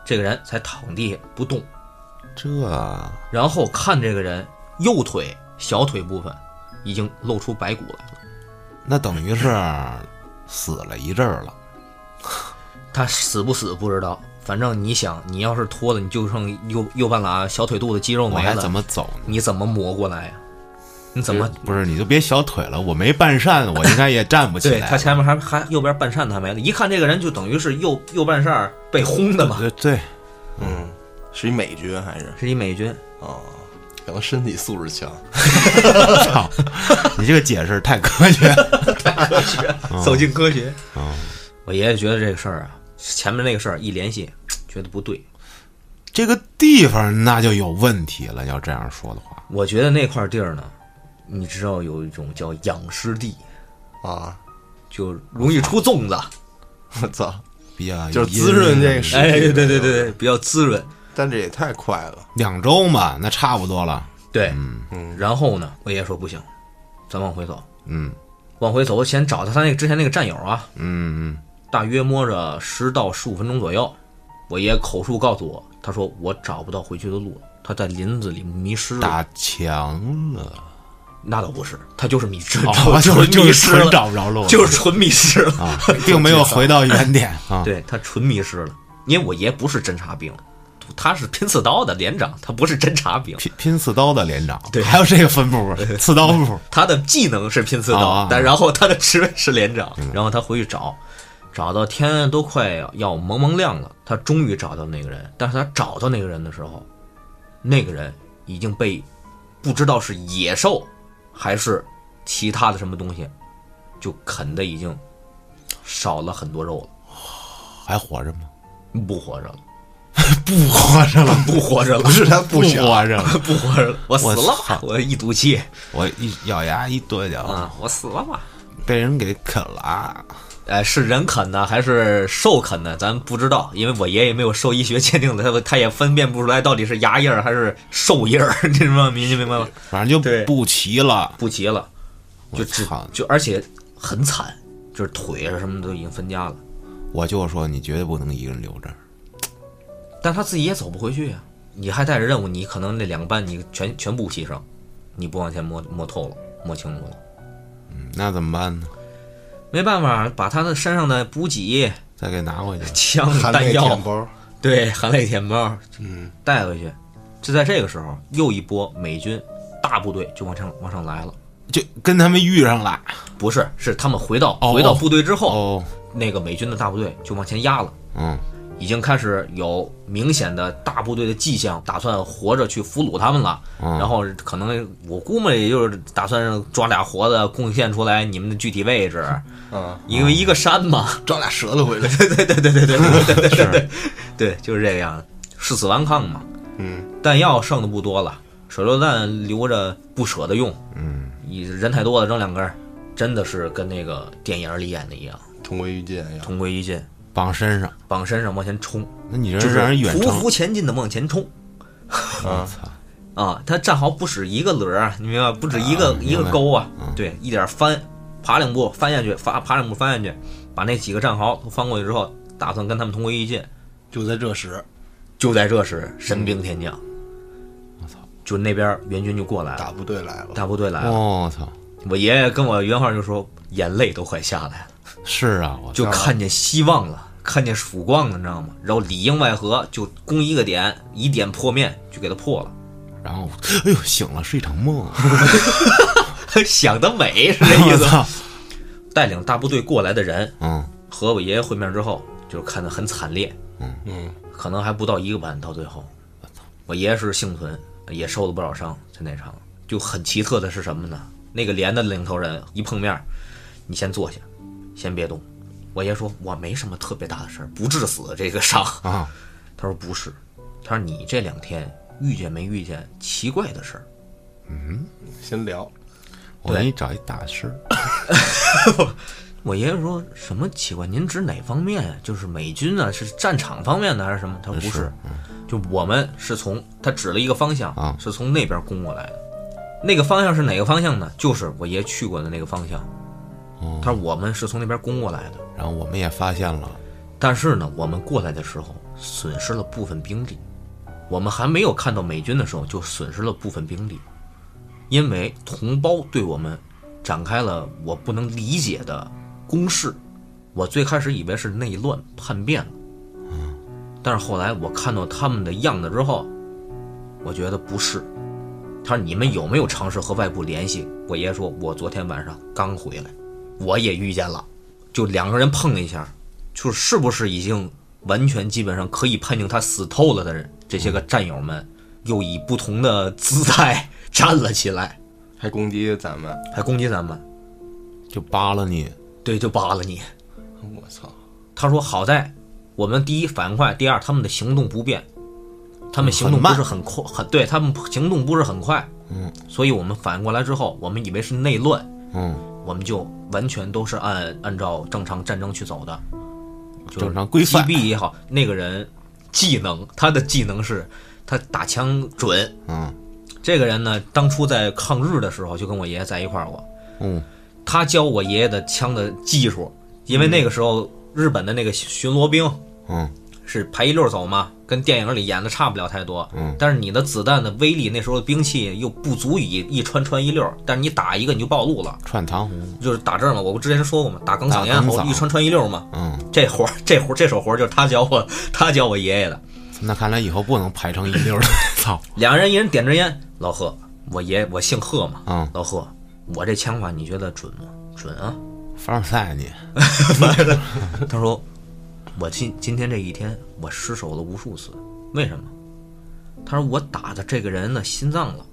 S1: 这个人才躺地下不动。
S2: 这
S1: 然后看这个人右腿小腿部分已经露出白骨来了，
S2: 那等于是死了一阵儿了，
S1: 他死不死不知道，反正你想，你要是脱了，你就剩右右半拉小腿肚子肌肉
S2: 我
S1: 没
S2: 还
S1: 了，
S2: 怎么走呢？
S1: 你怎么磨过来呀、啊你怎么？
S2: 不是，你就别小腿了，我没半扇，我应该也站不起
S1: 对
S2: 来。
S1: 他前面还还右边半扇他没了，一看这个人就等于是右右半扇儿被轰的嘛，
S2: 对对，
S3: 嗯，是一美军还是
S1: 是一美军。
S3: 哦，可能身体素质强，
S2: 操，你这个解释太科学了。
S1: 科学，走进科学。
S2: 嗯
S1: 我爷爷觉得这个事儿啊，前面那个事儿一联系，觉得不对。
S2: 这个地方那就有问题了，要这样说的话，
S1: 我觉得那块地儿呢，你知道有一种叫养尸地，
S3: 啊，
S1: 就容易出粽子。
S3: 我操！
S2: 比较
S3: 就是滋润这个
S2: 阴
S3: 是
S2: 暗
S1: 哎，对对对对，比较滋润。
S3: 但这也太快了，
S2: 两周嘛，那差不多了。
S1: 对，
S3: 嗯
S1: 然后呢，我爷爷说不行，咱往回走，
S2: 嗯
S1: 往回走，先找他他那个之前那个战友啊，
S2: 嗯嗯，
S1: 大约摸着十到十五分钟左右，我爷口述告诉我，他说我找不到回去的路了，他在林子里迷失了。
S2: 打墙了，
S1: 那倒不是，他 就是迷失，
S2: 哦就
S1: 纯
S2: 是就
S1: 迷
S2: 是
S1: 失了
S2: 纯，找不着路了，
S1: 就是纯迷失了。
S2: 啊， 并没有回到原点 啊。
S1: 对他纯迷失了，因为我爷不是侦察兵，他是拼刺刀的连长，他不是侦察兵，
S2: 拼拼刺刀的连长，
S1: 对
S2: 还有这个分部，刺刀部，
S1: 他的技能是拼刺刀，
S2: 啊
S1: 但然后他的职位是连长，然后他回去找，找到天都快要蒙蒙亮了，他终于找到那个人，但是他找到那个人的时候，那个人已经被不知道是野兽还是其他的什么东西，就啃的已经少了很多肉了，
S2: 还活着吗？
S1: 不活着了，
S2: 不活着 了，
S1: 不活着了
S3: 不。是他不想，
S2: 活着了。
S1: 不活着了，我死
S2: 我
S1: 了
S2: 操
S1: 吧！我一赌气
S2: 我一咬牙一跺脚，
S1: 啊，我死了吧！
S2: 被人给啃了。啊
S1: 哎，是人啃的还是兽啃的，咱不知道，因为我爷爷没有兽医学鉴定的，他他也分辨不出来到底是牙印儿还是兽印儿， 你明白吗？您明白吗？
S2: 反正
S1: 对
S2: 就不齐了。
S1: 不急了，就
S2: 我
S1: 只
S2: 操
S1: 就而且很惨，就是腿啊什么都已经分家了，
S2: 我就说你绝对不能一个人留这儿。
S1: 但他自己也走不回去呀、你还带着任务，你可能那两个班你全全部牺牲，你不往前摸摸透了，摸清楚了。
S2: 嗯那怎么办呢？
S1: 没办法，把他的身上的补给、
S2: 再给拿回去。
S1: 枪、
S3: 含
S1: 弹
S3: 泪
S1: 药
S3: 舔，包，
S1: 对，含泪舔包，
S3: 嗯，
S1: 带回去。就在这个时候，又一波美军大部队就往上往上来了。
S2: 就跟他们遇上了。
S1: 不是，是他们回到
S2: 哦
S1: 回到部队之后，
S2: 哦，
S1: 那个美军的大部队就往前压了，
S2: 嗯，
S1: 已经开始有明显的大部队的迹象，打算活着去俘虏他们了。
S2: 嗯
S1: 然后可能我估摸也就是打算抓俩活的贡献出来你们的具体位置，
S2: 哦
S3: 啊，
S1: 因为一个山嘛，
S3: 找俩舌头 回来，
S2: 是，
S1: 对，就是这个样子，誓死顽抗嘛。
S3: 嗯，
S1: 弹药剩的不多了，手榴弹留着不舍得用，
S2: 嗯，
S1: 你人太多了，扔两根儿，真的是跟那个电影里演的一样，
S3: 同归于尽呀，
S1: 同归于尽，
S2: 绑身上。
S1: 绑身上往前冲，
S2: 那你这
S1: 就是
S2: 让人远
S1: 匍
S2: 程，
S1: 匐前进的往前冲
S2: 我操，
S1: 啊！他站好不止一个轮儿啊，你明白吧？不止一个、一个钩啊，对，一点翻，爬两步翻下去，爬爬两步翻下去，把那几个战壕都翻过去之后，打算跟他们同归于尽。
S3: 就在这时，
S1: 就在这时，神兵天降，我操！就那边儿援军就过来了，
S3: 大部队来了，
S1: 大部队来了。
S2: 我操，
S1: 我爷爷跟我原话就说，眼泪都快下来了，
S2: 是啊，我
S1: 就
S2: 操
S1: 看见希望了，看见曙光了，你知道吗？然后里应外合，就攻一个点，以点破面，就给他破了。
S2: 然后，哎呦，醒了，是一场梦。啊
S1: 想得美是这意
S2: 我
S1: 思。
S2: 操，
S1: 带领大部队过来的人
S2: 嗯，
S1: 和我爷爷会面之后，就是看得很惨烈，
S3: 嗯，
S1: 可能还不到一个班，到最后，我爷爷是幸存，也受了不少伤，在那场就很奇特的是什么呢？那个连的领头人一碰面，你先坐下，先别动。我爷说，我没什么特别大的事儿，不致死这个伤。
S2: 啊，
S1: 他说不是，他说你这两天遇见没遇见奇怪的事儿？
S3: 先聊，
S2: 我给你找一大师，
S1: 我爷爷说什么奇怪？您指哪方面呀？啊就是美军呢、是战场方面的还是什么？他说不是，就我们是从他指了一个方向
S2: 嗯啊
S1: 是从那边攻过来的。那个方向是哪个方向呢？就是我爷爷去过的那个方向。
S2: 哦
S1: 他说我们是从那边攻过来的，
S2: 然后我们也发现了，
S1: 但是呢，我们过来的时候损失了部分兵力，我们还没有看到美军的时候就损失了部分兵力，因为同胞对我们展开了我不能理解的攻势。我最开始以为是内乱叛变了，但是后来我看到他们的样子之后，我觉得不是。他说：“你们有没有尝试和外部联系？”我爷爷说：“我昨天晚上刚回来，我也遇见了，就两个人碰了一下，就是是不是已经完全基本上可以判定他死透了的人，这些个战友们又以不同的姿态 站了起来，
S3: 还攻击咱们，
S1: 还攻击咱们，
S2: 就扒拉你，
S1: 对，就扒拉你。”
S3: 我操！
S1: 他说：“好在我们第一反应快，第二他们的行动不便，他们行动不是很快，很对他们行动不是很快。
S2: 嗯，
S1: 所以我们反应过来之后，我们以为是内乱，
S2: 嗯，
S1: 我们就完全都是按按照正常战争去走的，就是
S2: 正常规
S1: 击
S2: 范，
S1: 毙也好，那个人技能他的技能是他打枪准。
S2: 嗯
S1: 这个人呢，当初在抗日的时候就跟我爷爷在一块儿过，
S2: 嗯
S1: 他教我爷爷的枪的技术，因为那个时候日本的那个巡逻兵。”
S2: 嗯
S1: 是排一溜儿走嘛，跟电影里演的差不了太多。
S2: 嗯，
S1: 但是你的子弹的威力，那时候的兵器又不足以一穿穿一溜儿，但是你打一个你就暴露了，
S2: 串糖葫芦，
S1: 就是打这儿嘛。我不之前说过嘛，打梗嗓咽
S2: 打
S1: 喉
S2: 梗嗓
S1: 一穿穿一溜儿嘛。
S2: 嗯，
S1: 这活儿这活儿这手活儿就是他教我，他教我爷爷的。
S2: 那看来以后不能排成一溜儿了，操，
S1: 两人一人点支烟，老贺，我爷我姓贺嘛，
S2: 嗯，
S1: 老贺，我这枪法你觉得准吗？准啊。
S2: 凡尔赛你，
S1: 他说：“我今今天这一天，我失手了无数次，为什么？”他说：“我打的这个人呢，心脏了。”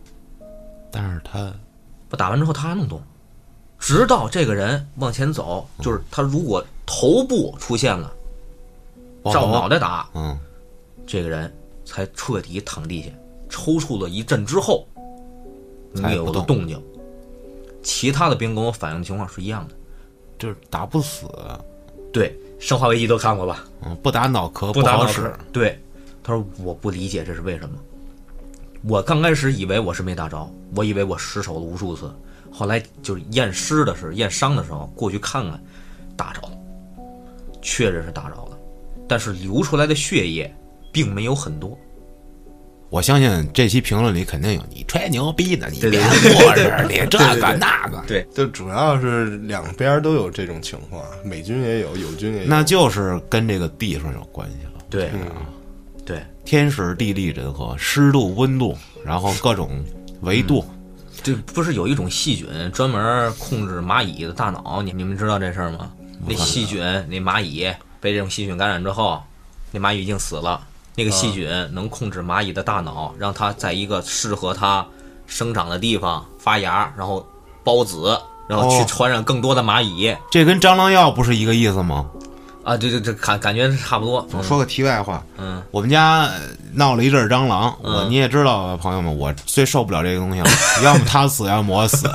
S2: 但是他
S1: 我打完之后他还能动，直到这个人往前走，就是他如果头部出现了，
S2: 爆
S1: 照
S2: 头
S1: 脑，袋打，
S2: 嗯，
S1: 这个人才彻底躺地下，抽搐了一阵之后，你
S2: 才
S1: 有
S2: 不
S1: 了
S2: 动
S1: 动静。其他的兵跟我反映的情况是一样的。
S2: 就是打不死，
S1: 对，《生化危机》都看过吧？
S2: 嗯，不打脑壳
S1: 不打
S2: 好
S1: 脑
S2: 使
S1: 壳，。对，他说我不理解这是为什么。我刚开始以为我是没打着，我以为我失手了无数次，后来就是验尸的时候、验伤的时候过去看看，打着了，确认是打着了，但是流出来的血液并没有很多。
S2: 我相信这期评论里肯定有你吹牛逼呢，你
S1: 对
S2: 别
S1: 对
S2: 过着，你这
S3: 对
S2: 个
S3: 对对
S2: 那个，
S1: 对，
S3: 就主要是两边都有这种情况，美军也有，友军也有。
S2: 那就是跟这个地方有关系了。
S1: 对，
S3: 嗯
S1: 对，
S2: 天时地利人和，湿度、温度，然后各种维度，
S1: 这不是有一种细菌专门控制蚂蚁的大脑？你你们知道这事儿吗？那细菌，那蚂蚁被这种细菌感染之后，那蚂蚁已经死了。那个
S2: 啊
S1: 细菌能控制蚂蚁的大脑，让它在一个适合它生长的地方发芽，然后孢子，然后去
S2: 哦
S1: 传染更多的蚂蚁。
S2: 这跟蟑螂药不是一个意思吗？
S1: 啊，这这这感感觉差不多。
S2: 我
S1: 嗯
S2: 说个题外话，
S1: 嗯，
S2: 我们家呃闹了一阵儿蟑螂，我
S1: 嗯
S2: 你也知道啊，朋友们，我最受不了这个东西了，要么它死，要么我 死。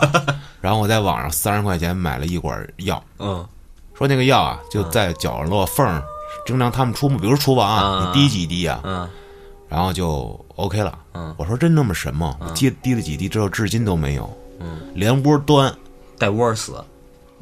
S2: 然后我在网上三十块钱买了一管药，
S1: 嗯
S2: 说那个药啊就在角落缝儿，经常他们出没，比如厨房
S1: 啊
S2: 啊，你滴几滴啊，
S1: 嗯
S2: 然后就 OK 了。
S1: 嗯
S2: 我说真那么神吗？我滴滴了几滴之后，至今都没有，
S1: 嗯，
S2: 连窝端，
S1: 带窝儿死。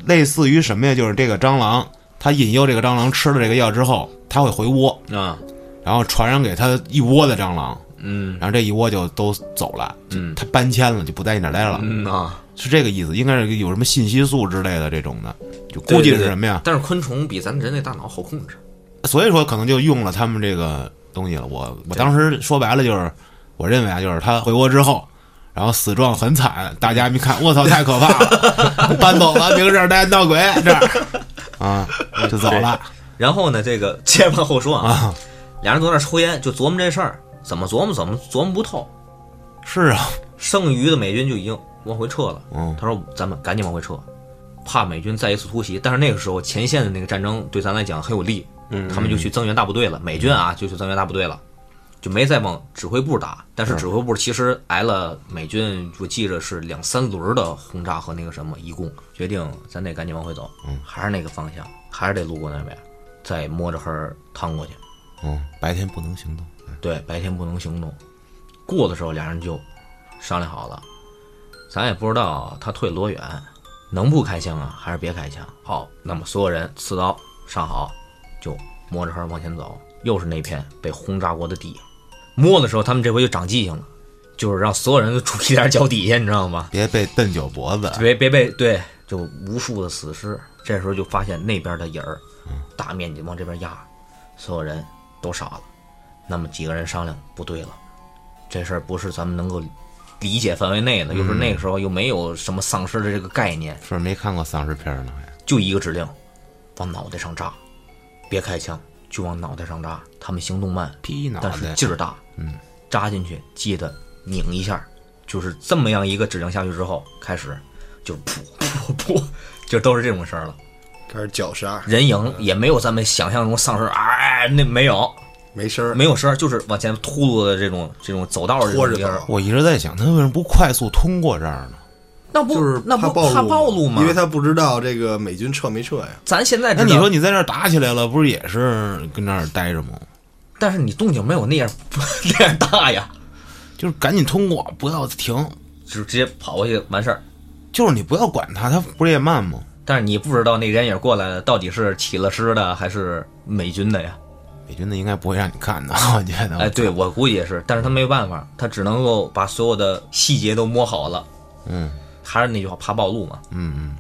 S2: 类似于什么呀？就是这个蟑螂，它引诱这个蟑螂吃了这个药之后，它会回窝，
S1: 啊，
S2: 然后传染给它一窝的蟑螂，
S1: 嗯
S2: 然后这一窝就都走了，
S1: 嗯
S2: 它搬迁了，就不在你这儿待了，
S1: 嗯啊，
S2: 是这个意思。应该是有什么信息素之类的这种的，就
S1: 对
S2: 估计
S1: 对
S2: 是
S1: 对
S2: 什么呀？
S1: 但是昆虫比咱人类大脑好控制。
S2: 所以说可能就用了他们这个东西了。我我当时说白了就是，我认为啊，就是他回国之后，然后死状很惨，大家一看，我操，太可怕了，搬走了，明这儿待闹鬼这儿啊，就走了。
S1: 然后呢，这个 接着往后说啊，俩人坐那儿抽烟，就琢磨这事儿，怎么琢磨怎么琢磨不透。
S2: 是啊，
S1: 剩余的美军就已经往回撤了。
S2: 嗯
S1: 他说：“咱们赶紧往回撤，怕美军再一次突袭。”但是那个时候前线的那个战争对咱来讲很有利，他们就去增援大部队了。美军啊，就去增援大部队了，就没再往指挥部打。但是指挥部其实挨了美军，我记着是两三轮的轰炸和那个什么，一共决定咱得赶紧往回走，还是那个方向，还是得路过那边，再摸着黑儿趟过去。
S2: 嗯，白天不能行动，
S1: 对，白天不能行动。过的时候，俩人就商量好了，咱也不知道他退多远，能不开枪啊，还是别开枪？好，那么所有人刺刀上好，就摸着黑往前走。又是那片被轰炸过的地，摸的时候，他们这回就长记性了，就是让所有人都 注意点脚底下，你知道吗？
S2: 别被蹬脚脖子。
S1: 别别被对，就无数的死尸。这时候就发现那边的影儿，大面积往这边压，所有人都傻了，那么几个人商量，不对了，这事儿不是咱们能够理解范围内的，又是那个时候又没有什么丧尸的这个概念，
S2: 是没看过丧尸片呢，还
S1: 就一个指令，往脑袋上扎，别开枪，就往脑袋上扎。他们行动慢，
S2: 劈脑
S1: 但是
S2: 袋，
S1: 劲儿大，嗯，扎进去记得拧一下，就是这么样一个指令下去之后，开始就噗噗噗，就都是这种事儿了。
S3: 开始绞杀，
S1: 人影也没有咱们想象中丧尸啊，哎那没有
S3: 没声儿，
S1: 没有声儿，就是往前秃噜的这种这种走道儿这
S3: 拖
S1: 种
S3: 着
S1: 地儿
S3: 走，
S2: 我一直在想，他为什么不快速通过这儿呢？
S1: 那不
S3: 就是
S1: 那
S3: 怕
S1: 不
S3: 暴
S1: 怕暴露吗？
S3: 因为他不知道这个美军撤没撤呀。
S1: 咱现在知
S2: 那
S1: 道
S2: 你说，你在这儿打起来了，不是也是跟那儿待着吗？
S1: 但是你动静没有那样 那样大呀，
S2: 就是赶紧通过，不要停，
S1: 就直接跑过去完事儿。
S2: 就是你不要管他，他不是也慢吗？
S1: 但是你不知道那人影过来的到底是起了尸的还是美军的呀？
S2: 美军的应该不会让你看 的，我觉得。
S1: 哎，对我估计也是，但是他没办法，他只能够把所有的细节都摸好了。
S2: 嗯，
S1: 还是那句话，怕暴露嘛，
S2: 嗯嗯，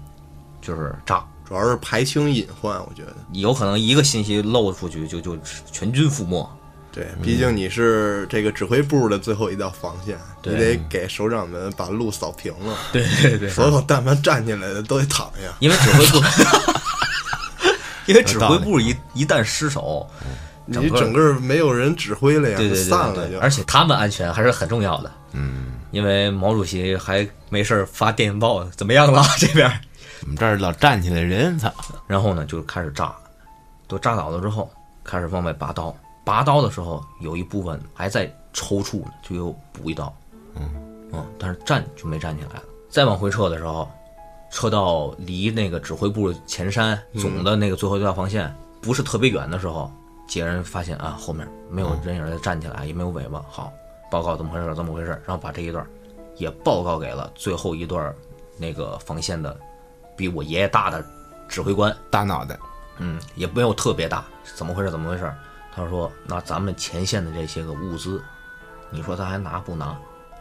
S1: 就是炸，
S3: 主要是排清隐患，我觉得。
S1: 有可能一个信息漏出去就就全军覆没。
S3: 对，
S1: 嗯
S3: 毕竟你是这个指挥部的最后一道防线，你
S1: 对
S3: 得给首长们把路扫平了，
S1: 对对对，
S3: 所有但凡站起来的都得躺下。
S1: 因为指挥部，因为指挥部一一旦失手，
S3: 你
S1: 整
S3: 整个没有人指挥了呀，
S1: 对对
S3: 散
S1: 对对
S3: 了
S1: 对，
S3: 就。
S1: 而且他们安全还是很重要的。
S2: 嗯，
S1: 因为毛主席还没事儿发电报，怎么样了 这边？
S2: 我们这儿老站起来人，操！
S1: 然后呢，就开始炸，都炸倒了之后，开始往外拔刀。拔刀的时候，有一部分还在抽搐呢，就又补一刀。嗯嗯，但是站就没站起来了。再往回撤的时候，撤到离那个指挥部前山总的那个最后一道防线、不是特别远的时候，几个人发现啊，后面没有人影再站起来，也没有尾巴。好，报告怎么回事？怎么回事？然后把这一段也报告给了最后一段那个防线的比我爷爷大的指挥官。
S2: 大脑袋，
S1: 嗯，也没有特别大，怎么回事？怎么回事？他说：“那咱们前线的这些个物资，你说他还拿不拿？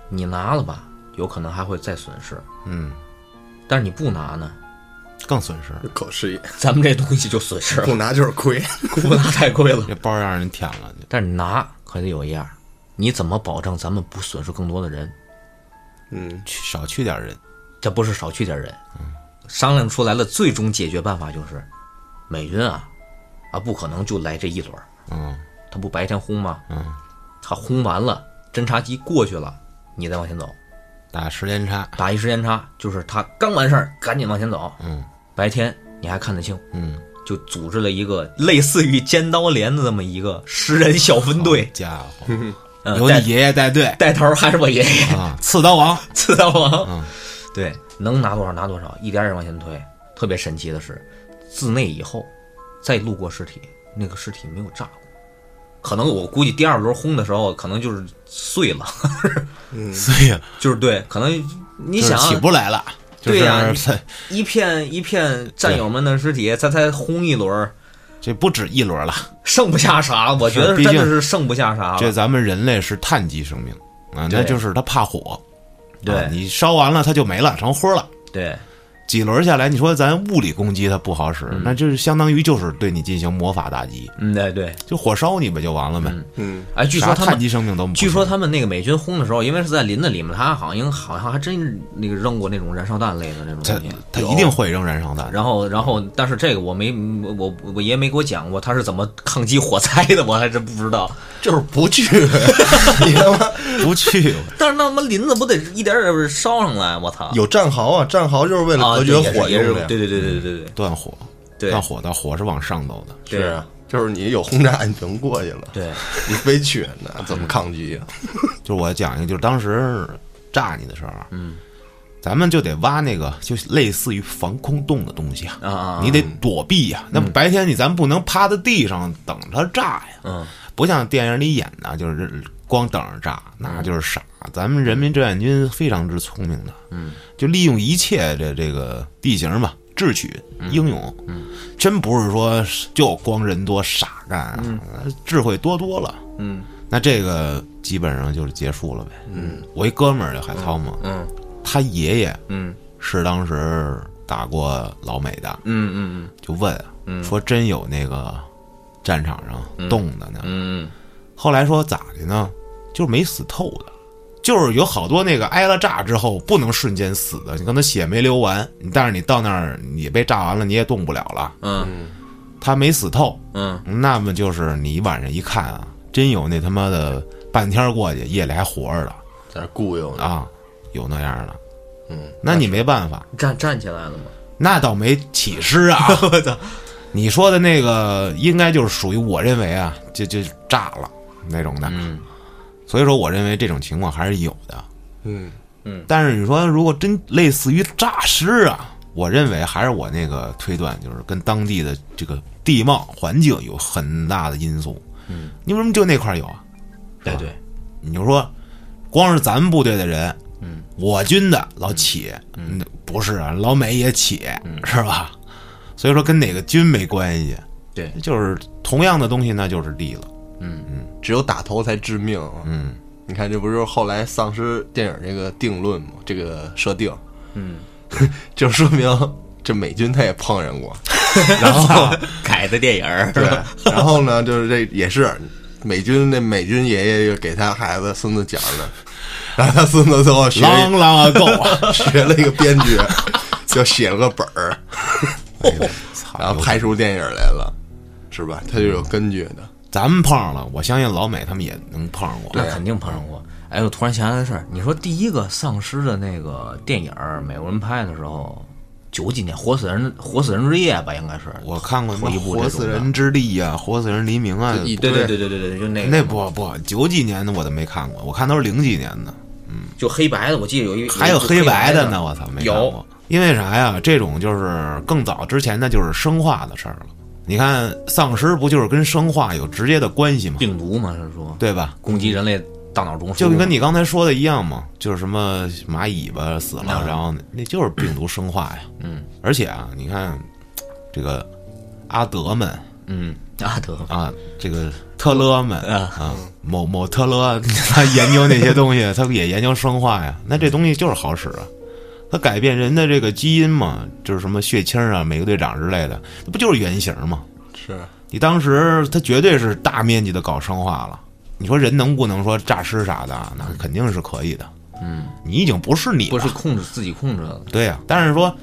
S1: 你拿了吧，有可能还会再损失；
S2: 嗯，
S1: 但是你不拿呢，
S2: 更损失。
S3: 口试一，
S1: 咱们这东西就损失
S3: 不
S1: 了，
S3: 拿就是亏。
S1: 不拿太亏了。
S2: 这包让人舔了，
S1: 但是拿可得有一样，你怎么保证咱们不损失更多的人？
S3: 嗯，
S2: 去少去点人。
S1: 这不是少去点人。商量出来的最终解决办法就是，美军啊，啊不可能就来这一轮儿，
S2: 嗯
S1: 他不白天轰吗？
S2: 嗯，
S1: 他轰完了，侦察机过去了，你再往前走，
S2: 打时间差，
S1: 打一时间差，就是他刚完事儿，赶紧往前走。
S2: 嗯，
S1: 白天你还看得清，
S2: 嗯，
S1: 就组织了一个类似于尖刀连的这么一个十人小分队
S2: 好，家伙，
S1: 嗯
S2: 哦有
S1: 带
S2: 你爷爷带队
S1: 带头儿还是我爷爷，
S2: 啊，刺刀王，
S1: 刺刀王。
S2: 嗯
S1: 对，能拿多少拿多少，一点点往前推。特别神奇的是，自那以后，再路过尸体，那个尸体没有炸过。可能我估计第二轮轰的时候，可能就是碎了，
S2: 所以
S1: 就是对，可能嗯你
S2: 就是
S1: 想啊
S2: 起不来了。就是
S1: 对呀
S2: 这
S1: 一片一片战友们的尸体，咱才轰一轮儿，
S2: 这不止一轮了，
S1: 剩不下啥。我觉得
S2: 毕
S1: 真
S2: 竟
S1: 的是剩不下啥
S2: 这
S1: 了。
S2: 咱们人类是碳基生命啊，那
S1: 对
S2: 就是它怕火，
S1: 对
S2: 啊你烧完了它就没了，成灰了。
S1: 对
S2: 几轮下来，你说咱物理攻击它不好使，那就是相当于就是对你进行魔法打击，
S1: 嗯，对对。
S2: 就火烧你不就完了呗？
S3: 嗯，
S1: 哎，据
S2: 啥
S1: 说他
S2: 碳
S1: 们，
S2: 基生命都不
S1: 据
S2: 是
S1: 说他们那个美军轰的时候，因为是在林子里面，他好像好像还真那个扔过那种燃烧弹类的那种
S2: 他
S1: 东西。
S2: 他一定会扔燃 烧弹，
S1: 然后，然后，但是这个我没，我我爷没给我讲过他是怎么抗击火灾的，我还真不知道。
S3: 就是不去， 你他妈
S2: 不去。
S1: 但是那他妈林子不得一点点烧上来？我操！
S3: 有战壕啊，战壕就是为了
S1: 啊，
S3: 隔
S1: 对
S3: 绝
S1: 也是
S3: 火
S1: 也
S3: 用
S1: 是
S3: 的呀。
S1: 对对对对对对
S2: 断火，
S1: 对
S2: 断火的火是往上走的。
S1: 对，
S3: 是啊，就是你有轰炸你就能过去了，
S1: 对，
S3: 你非去那怎么抗击 呀？
S2: 就是我讲一个，就是当时炸你的时候，嗯，咱们就得挖那个就类似于防空洞的东西啊，嗯
S1: 啊啊
S2: 你得躲避呀、那白天你咱不能趴在地上等它炸呀，
S1: 嗯，
S2: 不像电影里演的，就是光等着炸，那就是傻。咱们人民志愿军非常之聪明的，嗯，就利用一切的这个地形吧，智取英勇，嗯，真不是说就光人多傻干、啊，智慧多多了，
S1: 嗯，
S2: 那这个基本上就是结束了呗。嗯，我一哥们儿叫海涛嘛，
S1: 嗯
S2: 他爷爷
S1: 嗯
S2: 是当时打过老美的，
S1: 嗯嗯
S2: 就问，说真有那个战场上动的呢？
S1: 嗯嗯
S2: 后来说咋的呢？就是没死透的，就是有好多那个挨了炸之后不能瞬间死的，你可能血没流完，你但是你到那儿你被炸完了，你也动不了了，
S1: 嗯
S2: 他没死透，
S1: 嗯，
S2: 那么就是你晚上一看啊，真有那他妈的半天过去，夜里还活着的
S3: 在那雇佣呢，
S2: 啊，有那样的，
S3: 嗯，
S2: 那你没办法，
S1: 站站起来了吗？
S2: 那倒没起尸啊。
S1: 我操，
S2: 你说的那个应该就是属于我认为啊，就就炸了那种的，
S1: 嗯
S2: 所以说我认为这种情况还是有的。
S3: 嗯，
S2: 但是你说如果真类似于诈尸啊，我认为还是我那个推断，就是跟当地的这个地貌环境有很大的因素。嗯，你为什么就那块儿有啊？
S1: 对对，
S2: 你就说，光是咱们部队的人，嗯，我军的老起，嗯，不是啊，老美也起，是吧？所以说跟哪个军没关系，
S1: 对，
S2: 就是同样的东西，那就是利了。
S3: 只有打头才致命啊。
S2: 嗯，
S3: 你看这不就是后来丧尸电影这个定论吗？这个设定，
S1: 嗯，
S3: 就说明这美军他也碰上过，
S1: 然后 改的电影儿，
S3: 对， 然后呢，就是这也是美军那美军爷爷又给他孩子孙子讲的，然后他孙子最后学
S2: 浪浪够啊！
S3: 学了一个编剧，就写了个本儿，
S2: 哎呦操
S3: 然后拍出电影来了，是吧？他就有根据的。
S2: 咱们碰上了，我相信老美他们也能碰上
S1: 那
S2: 过。
S1: 肯定碰上过。哎，我突然想起来个事儿，你说第一个丧尸的那个电影儿，美国人拍的时候，九几年《活死人活死人之夜》吧，应该是。
S2: 我看过什么
S1: 一
S2: 《
S1: 部这
S2: 活
S1: 种
S2: 死
S1: 的
S2: 人之力》啊，《活死人黎明》啊，
S3: 一
S1: 对对对对对对，就那个
S2: 那不不九几年的我都没看过，我看都是零几年的，
S1: 就黑白的，我记得有一
S2: 还有
S1: 有
S2: 黑白
S1: 的
S2: 的呢，我操，没看
S1: 有
S2: 过。因为啥呀？这种就是更早之前那就是生化的事儿了。你看丧尸不就是跟生化有直接的关系吗？
S1: 病毒嘛，是说
S2: 对吧？
S1: 攻击人类大脑中枢
S2: 就
S1: 嘛，
S2: 跟你刚才说的一样嘛，就是什么蚂蚁吧死了，
S1: 嗯
S2: 然后那就是病毒生化呀。
S1: 嗯，
S2: 而且啊，你看这个阿德们
S1: 嗯啊得
S2: 啊，这个特勒们
S1: 啊
S2: 啊，某某特勒他研究那些东西， 他也研究生化呀。那这东西就是好使啊，他改变人的这个基因嘛，就是什么血清啊、美国队长之类的，那不就是原型嘛？
S3: 是，
S2: 你当时他绝对是大面积的搞生化了。你说人能不能说诈尸啥的啊？那肯定是可以的。嗯，你已经不是你了，
S1: 不是控制自己控制的，
S2: 对呀、嗯但是说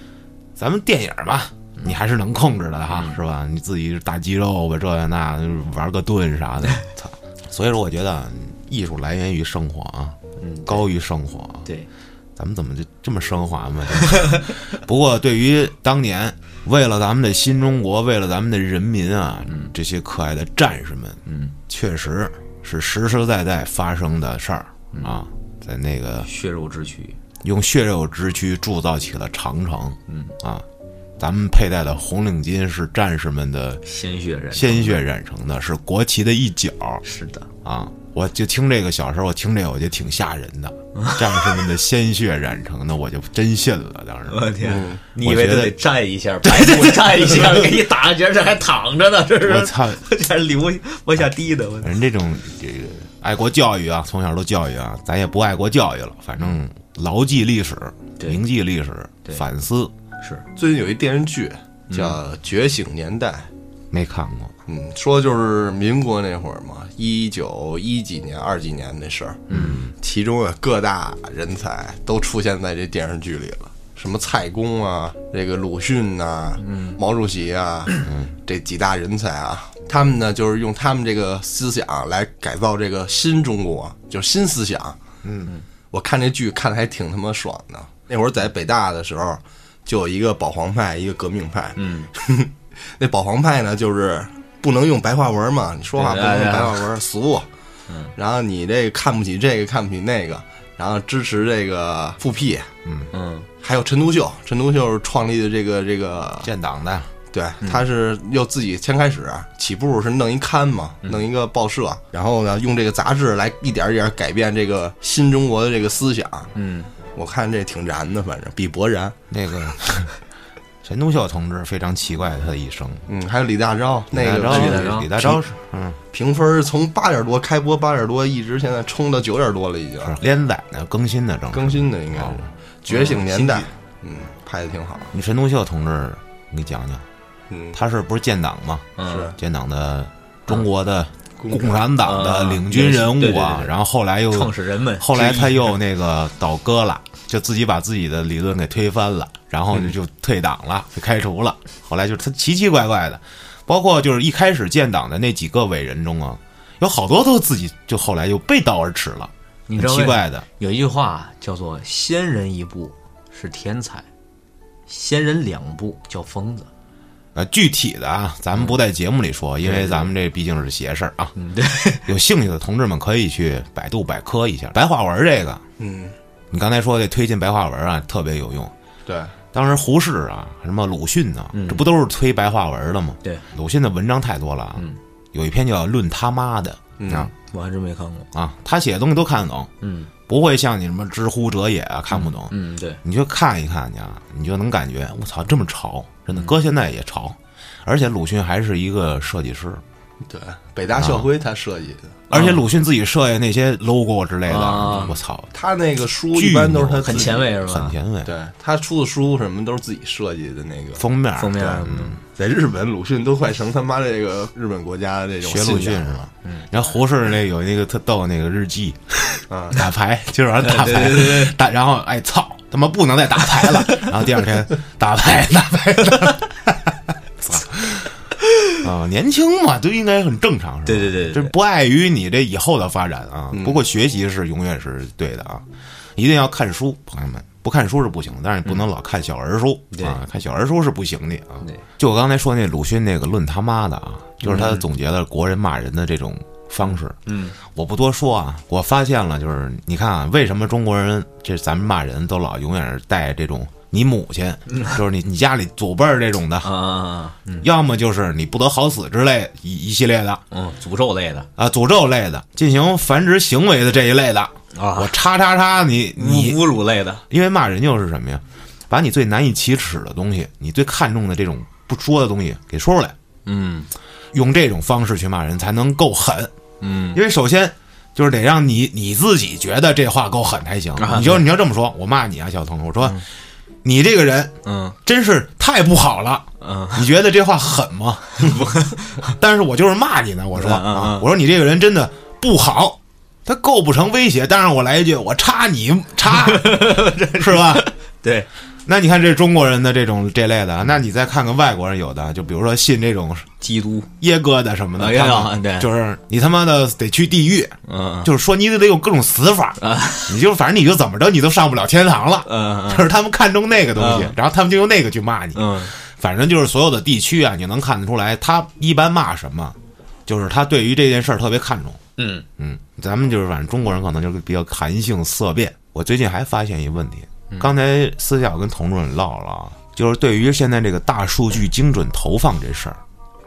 S2: 咱们电影吧，你还是能控制的哈，是吧？你自己打肌肉吧，这呀那玩个盾啥的，操！嗯所以说，我觉得艺术来源于生活啊，
S1: 嗯
S2: 高于生活啊。
S1: 对，
S2: 咱们怎么就这么升华嘛？这 不过对于当年为了咱们的新中国，为了咱们的人民啊，这些可爱的战士们，
S1: 嗯，
S2: 确实是实实在在发生的事儿啊，在那个
S1: 血肉之躯，
S2: 用血肉之躯铸造起了长城。嗯啊，咱们佩戴的红领巾是战士们的
S1: 鲜血人
S2: 鲜血染成的，是国旗的一角
S1: 是的，
S2: 啊。我就听这个小时候，我听这个我就挺吓人 的，战士们的鲜血染成的，我就真信了。 当时
S1: 天
S3: 嗯
S1: 你以为他
S2: 我觉
S1: 得
S2: 得
S1: 站一 下，白布站一 下，给你打个结，这还躺着呢，这是
S2: 我操，
S1: 这还流往下滴的，我
S2: 人这种这个爱国教育啊，从小都教育啊，咱也不爱国教育了，反正牢记历史，
S1: 对
S2: 铭记历史，
S1: 对
S2: 反思。
S1: 是
S3: 最近有一电视剧叫《觉醒年代》，
S2: 没看过，
S3: 嗯，说就是民国那会儿嘛，一九一几年、二几年那事儿，嗯，其中啊各大人才都出现在这电视剧里了，什么蔡公啊，这个鲁迅呐、嗯，毛主席啊，嗯，这几大人才啊，他们呢就是用他们这个思想来改造这个新中国，就是新思想，我看这剧看的还挺他妈爽的。那会儿在北大的时候，就有一个保皇派，一个革命派。嗯， 那保皇派呢，就是不能用白话文嘛，你说话不
S1: 对对
S3: 能
S1: 对
S3: 用白话文，俗。嗯，然后你这个看不起这个，看不起那个，然后支持这个复辟。
S1: 嗯
S3: 还有陈独秀，陈独秀创立的这个这个
S2: 建党的，
S3: 对，他是又自己先开始起步是弄一刊嘛，弄一个报社，然后呢用这个杂志来一点一点改变这个新中国的这个思想。
S1: 嗯，
S3: 我看这挺燃的，反正比伯燃。
S2: 那个陈独秀同志非常奇怪他的一生。
S3: 嗯，还有李大钊，那个
S1: 钊
S3: 是
S1: 大钊
S2: 李大钊是，嗯，
S3: 评分从八点多开播八点多，一直现在冲到九点多了，已经
S2: 是连载呢，更新呢，正是
S3: 更。新的应该是《
S2: 嗯哦
S3: 觉醒年代
S1: 新》。
S3: 嗯，拍的挺好。
S2: 你陈独秀同志，你给讲讲，
S3: 嗯，
S2: 他是不是建党嘛？
S1: 嗯
S3: 是
S2: 建党的中国的
S3: 共
S2: 共产党的领军人
S1: 啊对对
S2: 物
S1: 对
S2: 啊，
S1: 对
S2: 然后后来又
S1: 创始人们
S2: 后来他
S1: 之一
S2: 又那个倒戈了，就自己把自己的理论给推翻了，然后就就退党
S1: 嗯
S2: 了，被开除了。后来就是他奇奇怪怪的，包括就是一开始建党的那几个伟人中啊，有好多都自己就后来又背道而驰了，
S1: 你
S2: 很
S1: 知道
S2: 奇
S1: 为
S2: 怪的。
S1: 有一句话叫做“先人一步是天才，先人两步叫疯子
S2: 呃，具体的啊，咱们不在节目里说，因为咱们这毕竟是邪事儿啊。
S1: 嗯嗯对，
S2: 有兴趣的同志们可以去百度百科一下白话文这个。
S3: 嗯，
S2: 你刚才说这推荐白话文啊，特别有用。
S3: 对，
S2: 当时胡适啊，什么鲁迅呐、这不都是推白话文的吗？
S1: 嗯对，嗯
S2: 鲁迅的文章太多了啊。有一篇叫《论他妈的》啊
S1: 我还真没看过。
S2: 啊，他写的东西都看得懂，
S1: 嗯
S2: 不会像你什么知乎者也啊看不懂。
S1: 嗯，对，
S2: 你去看一看去啊，你就能感觉我操这么潮，真的，
S1: 嗯
S2: 搁现在也潮，而且鲁迅还是一个设计
S1: 啊
S2: 师，
S3: 对，北大校徽他设计的，
S2: 而且鲁迅自己设计那些 logo 之类的，
S1: 啊
S2: 我操，
S3: 他那个书
S2: 巨
S3: 一般都是他
S2: 牛
S3: 自己
S1: 很前，卫是
S2: 很
S1: 吧？
S2: 前卫，
S3: 对他出的书什么都是自己设计的那个。
S2: 封面
S1: 封面
S3: 对
S1: 什么的，
S3: 在日本，鲁迅都快成他妈这个日本国家的这种
S2: 学鲁
S3: 信
S2: 迅
S3: 仰
S2: 是吧？
S1: 嗯
S2: 然后胡适那有那个特逗那个日记，
S3: 啊
S2: 打牌，今儿晚上打牌，打然后哎操他妈不能再打牌了，然后第 二天打牌打牌打牌，操啊年轻嘛都应该很正常是吧？
S1: 对对对对
S2: 这
S1: 对嗯
S2: 不碍于你这以后的发展啊。不过学习是永远是对的啊，一定要看书，朋友们。不看书是不行，但是你不能老看小儿书、
S1: 嗯对
S2: 啊，看小儿书是不行的啊
S1: 对。
S2: 就我刚才说那鲁迅那个论他妈的啊，就是他总结了国人骂人的这种方式。
S1: 嗯，
S2: 我不多说啊，我发现了，就是你看啊，为什么中国人这咱们骂人都老永远是带这种你母亲，就是你你家里祖辈儿这种的，
S1: 啊啊啊，嗯
S2: 要么就是你不得好死之类一一系列的
S1: 嗯，诅咒类的，
S2: 啊，诅咒类的，进行繁殖行为的这一类的，
S1: 啊
S2: 我叉叉叉你你
S1: 嗯侮辱类的，
S2: 因为骂人又是什么呀？把你最难以启齿的东西，你最看重的这种不说的东西给说出来。
S1: 嗯
S2: 用这种方式去骂人才能够狠，
S1: 嗯
S2: 因为首先就是得让你你自己觉得这话够狠才行。
S1: 啊
S2: 你就你要这么说，我骂你啊，小腾，我说、你这个人
S1: 嗯
S2: 真是太不好了。
S1: 嗯
S2: 你觉得这话狠 吗？但是我就是骂你呢。我说
S1: 嗯嗯
S2: 啊
S1: 嗯，
S2: 我说你这个人真的不好，他构不成威胁。但是我来一句，我插你 插，是吧？
S1: 对，
S2: 那你看这中国人的这种这类的，那你再看看外国人有的，就比如说信这种
S1: 基督，
S2: 耶哥的什么的，
S1: 哎呀
S2: 他们
S1: 对
S2: 就是你他妈的得去地狱，
S1: 嗯
S2: 就是说你得有各种死法， 你就反正你就怎么着你都上不了天堂了。
S1: 嗯嗯
S2: 就是他们看中那个东西
S1: 嗯，
S2: 然后他们就用那个去骂你。
S1: 嗯，
S2: 反正就是所有的地区啊，你就能看得出来，他一般骂什么，就是他对于这件事儿特别看重。
S1: 嗯
S2: 嗯，咱们就是反正中国人可能就是比较谈性色变。我最近还发现一问题，刚才私下我跟童主任唠了啊，就是对于现在这个大数据精准投放这事儿，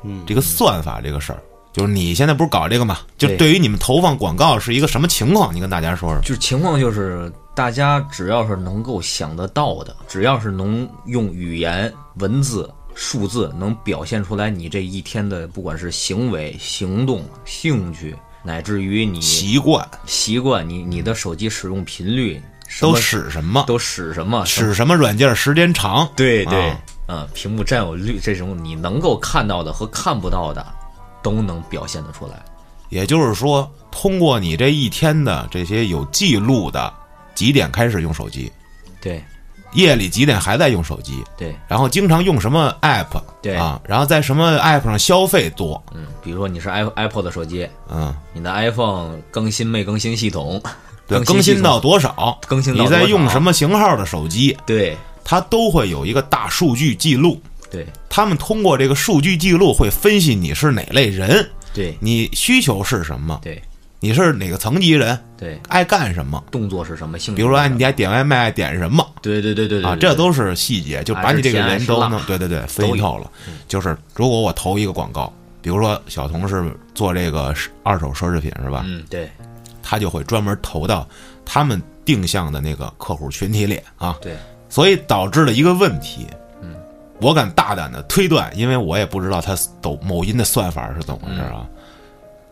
S3: 嗯
S2: 这个算法这个事儿，就是你现在不是搞这个嘛？就
S1: 对
S2: 对于你们投放广告是一个什么情况？你跟大家说说。
S1: 就是情况就是，大家只要是能够想得到的，只要是能用语言、文字、数字能表现出来你这一天的，不管是行为、行动、兴趣，乃至于你
S2: 习惯
S1: 习惯、你你的手机使用频率，什么
S2: 都使什么？
S1: 都使什么？
S2: 使什么软件？时间长？
S1: 对对
S2: 啊，
S1: 嗯，屏幕占有率这种你能够看到的和看不到的，都能表现得出来。
S2: 也就是说，通过你这一天的这些有记录的几点开始用手机，
S1: 对
S2: 夜里几点还在用手机，
S1: 对
S2: 然后经常用什么 app，
S1: 对
S2: 啊，然后在什么 app 上消费多，
S1: 嗯，比如说你是 i Apple 的手机，
S2: 嗯，
S1: 你的 iPhone 更新没更新系统？
S2: 对，
S1: 更
S2: 更
S1: 新系统
S2: 新到多少，
S1: 更新到
S2: 你在用什
S1: 么？
S2: 么型号的手机，
S1: 对
S2: 它都会有一个大数据记录，
S1: 对
S2: 他们通过这个数据记录会分析你是哪类人，
S1: 对
S2: 你需求是什么，
S1: 对
S2: 你是哪个层级人，
S1: 对，
S2: 爱干什么，
S1: 动作是什么？性
S2: 比如说哎
S1: 按
S2: 你家点外卖爱点什么。
S1: 对对对对对
S2: 啊，
S1: 对
S2: 这都是细节，就把你这个人都
S1: 还是甜还
S2: 弄
S1: 是辣
S2: 对对对分析透了。
S1: 嗯
S2: 就是如果我投一个广告，比如说小童是做这个是二手奢侈品是吧？
S1: 嗯对
S2: 他就会专门投到他们定向的那个客户群体里啊，
S1: 对
S2: 所以导致了一个问题。嗯，我敢大胆的推断，因为我也不知道他抖某音的算法是怎么回事
S1: 嗯
S2: 啊。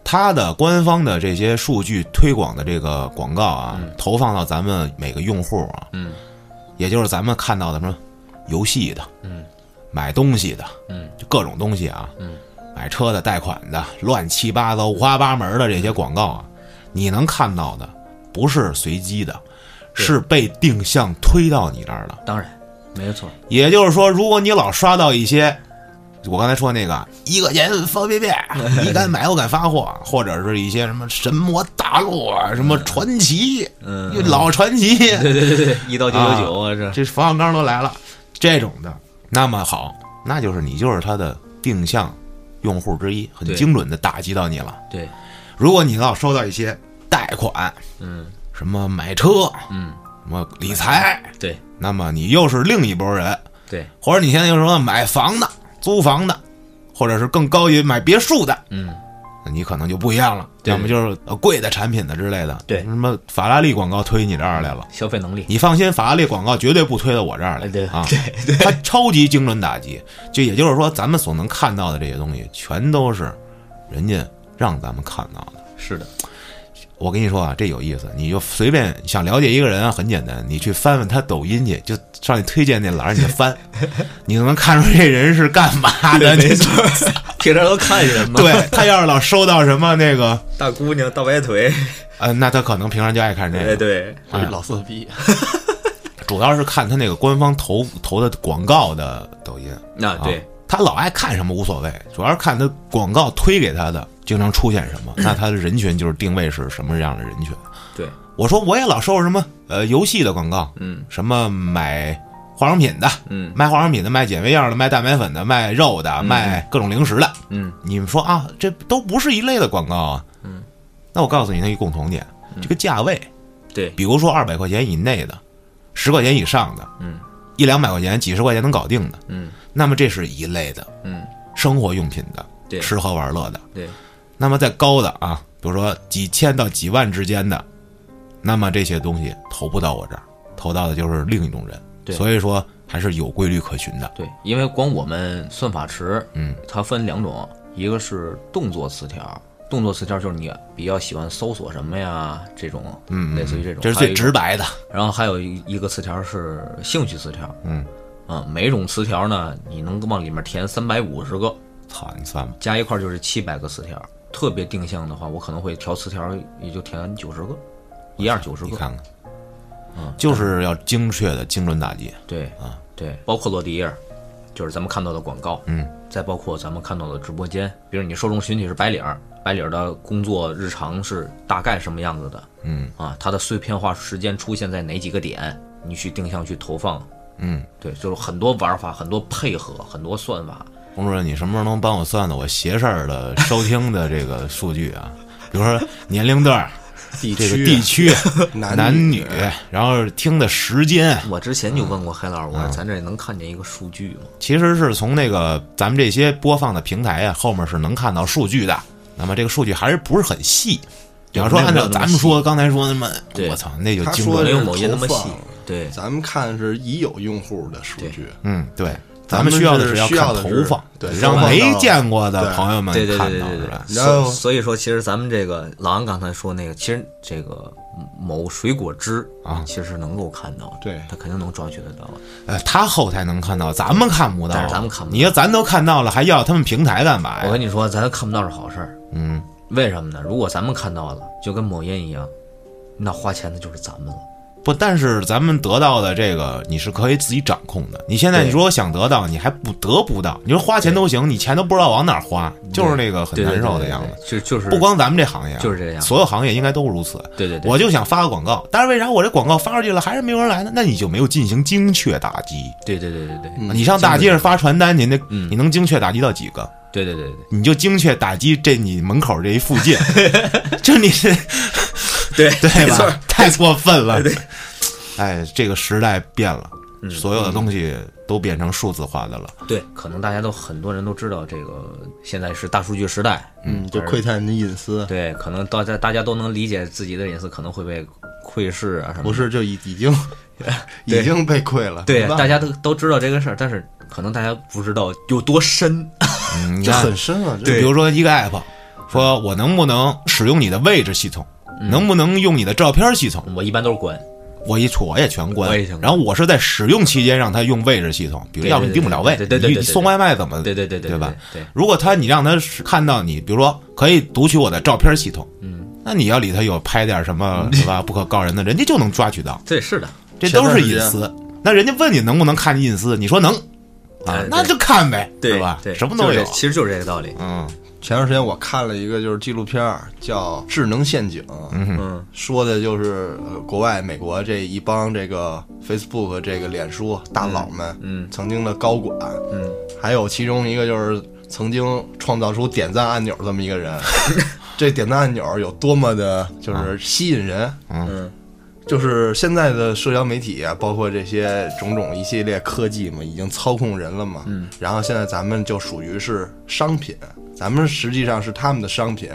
S2: 它的官方的这些数据推广的这个广告啊，投放到咱们每个用户啊，
S1: 嗯，
S2: 也就是咱们看到的什么游戏的，
S1: 嗯，
S2: 买东西的，
S1: 嗯，
S2: 就各种东西啊，嗯，买车的、贷款的，乱七八糟、五花八门的这些广告啊，你能看到的不是随机的，是被定向推到你这儿的。
S1: 当然，没错，
S2: 也就是说，如果你老刷到一些我刚才说那个一个钱方 便面，你敢买我敢发货，或者是一些什么神魔大陆啊、什么传奇、
S1: 嗯，
S2: 老传奇，
S1: 对对对对，一到九九九啊，这
S2: 这冯小刚都来了，这种的，那么好，那就是你就是他的定向用户之一，很
S1: 对
S2: 精准的打击到你了。
S1: 对，
S2: 如果你老收到一些贷款，
S1: 嗯
S2: 什么买车，
S1: 嗯，
S2: 什么理财，
S1: 对
S2: 那么你又是另一拨人，
S1: 对，
S2: 或者你现在又说买房的、租房的，或者是更高级买别墅的，
S1: 嗯，
S2: 那你可能就不一样了，
S1: 对
S2: 要么就是呃贵的产品的之类的，
S1: 对
S2: 什么法拉利广告推你这儿来了。
S1: 消费能力，
S2: 你放心，法拉利广告绝对不推到我这儿来。
S1: 哎对
S2: 啊，它超级精准打击。就也就是说，咱们所能看到的这些东西，全都是人家让咱们看到的。
S1: 是的，
S2: 我跟你说啊，这有意思，你就随便想了解一个人啊，很简单，你去翻翻他抖音去，就上去推荐那栏儿，你 就翻，你就能看出这人是干嘛的。你
S1: 没错，平常都看人嘛，，
S2: 对他要是老收到什么那个，
S1: 大姑娘大白腿，
S2: 呃，那他可能平常就爱看这
S1: 哎
S2: 个，
S1: 对，啊
S3: 这老色批，
S2: 主要是看他那个官方投投的广告的抖音。
S1: 那
S2: 啊
S1: 对，
S2: 他老爱看什么无所谓，主要是看他广告推给他的经常出现什 么，那他的人群就是定位是什么样的人群。
S1: 对，
S2: 我说我也老收什么呃游戏的广告，
S1: 嗯，
S2: 什么买化妆品的，
S1: 嗯
S2: 卖化妆品的，卖减肥药的，卖蛋白粉的，卖肉的，卖各种零食的。
S1: 嗯，
S2: 你们说啊，这都不是一类的广告啊。嗯，那我告诉你，它一共同点，
S1: 嗯
S2: 这个价位，
S1: 对，
S2: 比如说二百块钱以内的，十块钱以上的，
S1: 嗯，
S2: 一两百块钱、几十块钱能搞定的，
S1: 嗯
S2: 那么这是一类的。
S1: 嗯，
S2: 生活用品的，
S1: 对
S2: 吃喝玩乐的。
S1: 对，
S2: 那么再高的啊，比如说几千到几万之间的，那么这些东西投不到我这儿，投到的就是另一种人。
S1: 对
S2: 所以说还是有规律可循的。
S1: 对，因为光我们算法池，
S2: 嗯，
S1: 它分两种，一个是动作词条，动作词条就是你比较喜欢搜索什么呀，这种，嗯，类似于这种，
S2: 这是
S1: 还有
S2: 最
S1: 一个
S2: 直白的。
S1: 然后还有一一个词条是兴趣词条，嗯，啊、每种词条呢，你能往里面填三百五十个，
S2: 操，你算吧，
S1: 加一块儿就是七百个词条。特别定向的话，我可能会调词条，也就填九十个，一样九十
S2: 你
S1: 个。
S2: 看看，
S1: 嗯
S2: 就是要精确的精准打击。
S1: 对啊，对，包括落地页儿，就是咱们看到的广告，嗯，再包括咱们看到的直播间，比如你受众群体是白领儿，白领儿的工作日常是大概什么样子的，嗯，啊，它的碎片化时间出现在哪几个点，你去定向去投放，
S2: 嗯，
S1: 对，就是很多玩法，很多配合，很多算法，
S2: 龚主任，你什么时候能帮我算算我斜视儿 的收听的这个数据啊？比如说年龄段儿、
S3: 地
S2: 这个
S3: 区
S2: 地区、
S3: 男
S2: 男
S3: 女
S2: 女，然后听的时间，
S1: 我之前就问过黑老师，我说咱这能看见一个数据吗？
S2: 其实是从那个咱们这些播放的平台啊，后面是能看到数据的。那么这个数据还是不是很细？你要说按照咱们说刚才说那么，
S1: 对
S2: 我操，那就
S3: 他
S2: 精
S3: 说
S2: 准
S1: 没
S2: 了。
S1: 有某音那么细
S3: 投放，
S1: 对，
S3: 咱们看是已有用户的数据，
S2: 嗯，对，
S3: 咱
S2: 咱
S3: 们
S2: 们
S3: 是
S2: 需要的要
S3: 需要
S2: 看
S3: 的
S2: 投
S3: 是
S2: 放，
S3: 对
S2: 让
S3: 投放
S2: 没
S3: 到
S2: 见过的
S3: 对
S2: 朋友们
S1: 对对
S2: 看
S1: 对
S2: 到
S1: 对
S2: 是
S1: 对
S2: 吧？
S1: 对，
S3: 然后
S1: 所所以说，其实咱们这个老安刚才说那个，其实这个某水果汁
S2: 啊
S1: 其实是能够看到的，
S3: 对
S1: 他肯定能抓取得到的。
S2: 呃，他后台能看到，咱们看不到。
S1: 但是咱们看不到
S2: 你要咱都看到了，还要他们平台干嘛
S1: 我
S2: 呀？
S1: 跟你说，咱看不到是好事儿，嗯，为什么呢？如果咱们看到了，就跟某音一样，那花钱的就是咱们了。
S2: 不，但是咱们得到的这个你是可以自己掌控的。你现在
S1: 对
S2: 你说想得到，你还不得不到。你说花钱都行，你钱都不知道往哪儿花，就是那个很
S1: 对对对
S2: 难受的
S1: 对
S2: 样子
S1: 对。就就是
S2: 不光咱们这行业啊，
S1: 就是这样
S2: 所有行业应该都如此。
S1: 对对对，
S2: 我就想发个广告，但是为啥我这广告发出去了还是没有人来呢？那你就没有进行精确打击。
S1: 对对对对对
S2: 你上大街上发传单，你那
S1: 嗯
S2: 你能精确打击到几个？
S1: 对对对
S2: 你就精确打击这你门口这一附 近，就你是
S1: 对对
S2: 对
S1: 没错
S2: 吧？太过分了
S1: 对 对。
S2: 哎，这个时代变了，
S1: 嗯
S2: 所有的东西都变成数字化的了。
S1: 对，可能大家都很多人都知道，这个现在是大数据时代，
S3: 嗯，就窥探你的隐私，
S1: 对，可能大家大家都能理解自己的隐私可能会被窥视啊什么的。
S3: 不是就已已 经已经被窥了，
S1: 对
S3: 没，办法
S1: 大家都都知道这个事儿，但是可能大家不知道有多深。
S2: 嗯你
S3: 这
S2: 看
S3: 很深啊，
S2: 就
S3: 这
S2: 比如说一个 app，说
S1: 嗯
S2: 我能不能使用你的位置系统，能不能用你的照片系统？
S1: 我一般都是滚，
S2: 我一出我也全关
S1: 我也全，关
S2: 然后我是在使用期间让他用位置系统，比如
S1: 对
S2: 要不
S1: 对
S2: 你定不了位，
S1: 对对对对
S2: 你
S1: 对
S2: 送外卖怎么
S1: 对对对
S2: 对
S1: 对
S2: 吧？
S1: 对对
S2: 如果他你让他是看到你，比如说可以读取我的照片系统，嗯，那你要里头有拍点 什么对吧不可告人的，人家就能抓取到，
S1: 对，是的，
S2: 这
S3: 前
S2: 都
S3: 段
S2: 是
S3: 时
S2: 隐
S3: 间
S2: 私。那人家问你能不能看你隐私，你说能，啊
S1: 哎，
S2: 那
S1: 对
S2: 就看呗，
S1: 对
S2: 吧？
S1: 对，
S2: 什么都
S1: 就是
S2: 有
S1: 这，其实就是这个道理。
S2: 嗯，
S3: 前段时间我看了一个就是纪录片儿，叫《智能陷阱》，
S1: 嗯
S3: 说的就是、呃国外美国这一帮这个 Facebook 和这个脸书大佬们，
S1: 嗯
S3: 曾经的高管，
S1: 嗯，
S3: 还有其中一个就是曾经创造出点赞按钮这么一 个人，这点赞按钮有多么的就是吸引人，
S1: 嗯，
S3: 就是现在的社交媒体啊，包括这些种种一系列科技嘛，已经操控人了嘛。嗯。然后现在咱们就属于是商品，咱们实际上是他们的商品，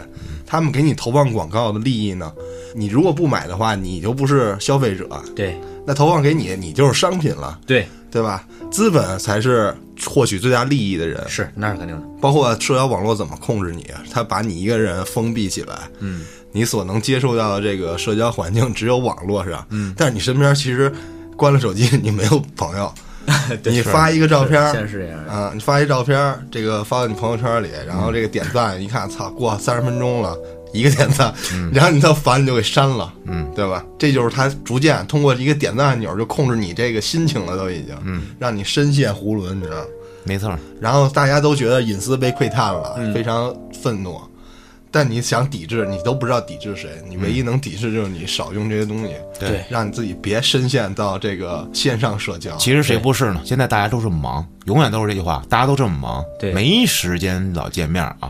S3: 他们给你投放广告的利益呢，你如果不买的话，你就不是消费者，
S1: 对
S3: 那投放给你，你就是商品了，
S1: 对，
S3: 对吧？资本才是获取最大利益的人。
S1: 是那是肯定的。
S3: 包括社交网络怎么控制你，啊他把你一个人封闭起来，嗯，你所能接受到的这个社交环境只有网络上，嗯，但是你身边其实关了手机，你没有朋友， 你发一个照片
S1: 现在是这样嗯的。
S3: 啊、你发一照片儿，这个发到你朋友圈里，然后这个点赞一看，操，过三十分钟了，一个点赞，
S1: 嗯
S3: 然后你再烦你就给删了，嗯，对吧？这就是他逐渐通过一个点赞按钮就控制你这个心情了，都已经，嗯，让你深陷囫囵，你知道吗？
S2: 没错儿，
S3: 然后大家都觉得隐私被窥探了，
S1: 嗯
S3: 非常愤怒。但你想抵制，你都不知道抵制谁，你唯一能抵制就是你少用这些东西，
S1: 嗯对
S3: 让你自己别深陷到这个线上 社交。
S2: 其实谁不是呢？现在大家都这么忙，永远都是这句话，大家都这么忙，
S1: 对
S2: 没时间老见面啊。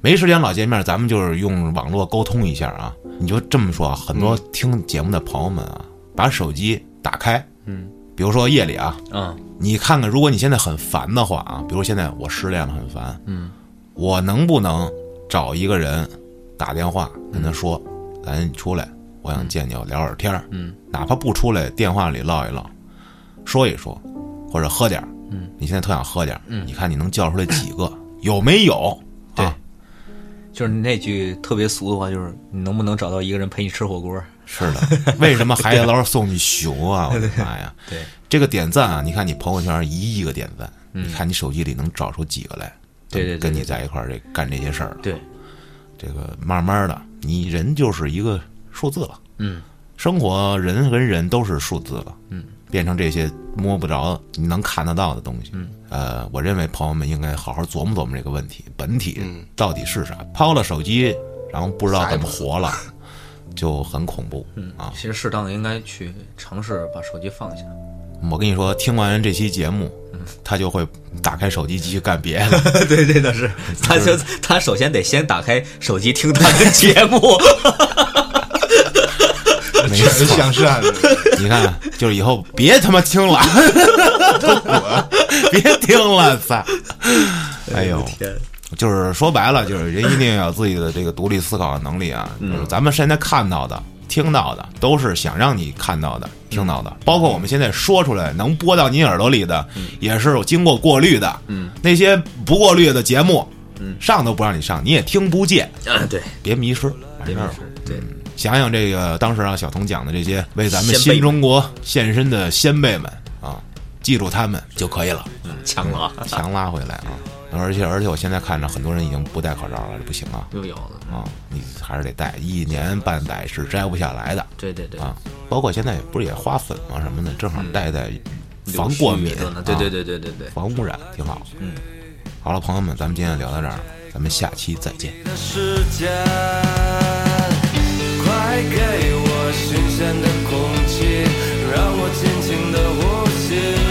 S2: 没时间老见面，咱们就是用网络沟通一下啊。你就这么说啊，很多听节目的朋友们啊，把手机打开，嗯，比如说夜里啊，
S1: 嗯，
S2: 你看看，如果你现在很烦的话啊，比如现在我失恋了很烦，嗯，我能不能找一个人打电话跟他说，咱出来，我想见你，我聊会儿天儿，嗯，哪怕不出来，电话里唠一唠，说一说，或者喝点儿，嗯，你现在特想喝点儿，嗯，你看你能叫出来几个，有没有？
S1: 对
S2: 啊，
S1: 就是那句特别俗的话，就是你能不能找到一个人陪你吃火锅？
S2: 是的，为什么还要老是送你熊啊？我的妈呀！
S1: 对，
S2: 这个点赞啊，你看你朋友圈一亿个点赞，你看你手机里能找出几个来？
S1: 嗯对对对
S2: 跟你在一块儿这干这些事儿了。
S1: 对，
S2: 这个慢慢的，你人就是一个数字了。
S1: 嗯，
S2: 生活人跟人都是数字了。嗯，变成这些摸不着、你能看得到的东西。嗯，呃，我认为朋友们应该好好琢磨琢磨这个问题，本体到底是啥？抛了手机，然后不知道怎么活了，就很恐怖。嗯啊，
S1: 其实适当的应该去尝试把手机放 下。
S2: 我跟你说，听完这期节目，他就会打开手机继续干别的。
S1: 对，这倒 是，他就他首先得先打开手机听他的节 目。
S2: 没
S3: 全是
S2: 错，
S3: 向善的，
S2: 你看，就是以后别他妈听 了， 别听了，操！哎呦，
S1: 天，
S2: 就是说白了，就是人一定要有自己的这个独立思考的能力啊。就是咱们现在看到的、听到的，都是想让你看到的、听到的，包括我们现在说出来能播到你耳朵里的，也是有经过过滤的。嗯，那些不过滤的节目，嗯，上都不让你上，你也听不见，
S1: 啊，对，
S2: 别迷失，完
S1: 别
S2: 事
S1: 没
S2: 儿了。
S1: 事，对，
S2: 想想这个当时啊，小童讲的这些为咱们
S1: 先辈
S2: 新中国献身的先辈们啊，记住他们就可以了，
S1: 嗯强了啊，
S2: 强拉回来啊！而且而且，我现在看着很多人已经不戴口罩了，这不行啊
S1: 又有了，
S2: 啊！你还是得戴，一年半载是摘不下来的
S1: 对对对，
S2: 啊！包括现在不是也花粉吗？什么的，正好
S1: 嗯
S2: 戴戴防
S1: 流
S2: 过
S1: 血
S2: 敏
S1: 的呢，，对
S2: 啊
S1: 对对对对对。
S2: 防污染挺好。
S1: 嗯，
S2: 好了，朋友们，咱们今天就聊到这儿，咱们下期再见。
S4: 的时间，快给我新鲜的空气，让我尽情的呼吸。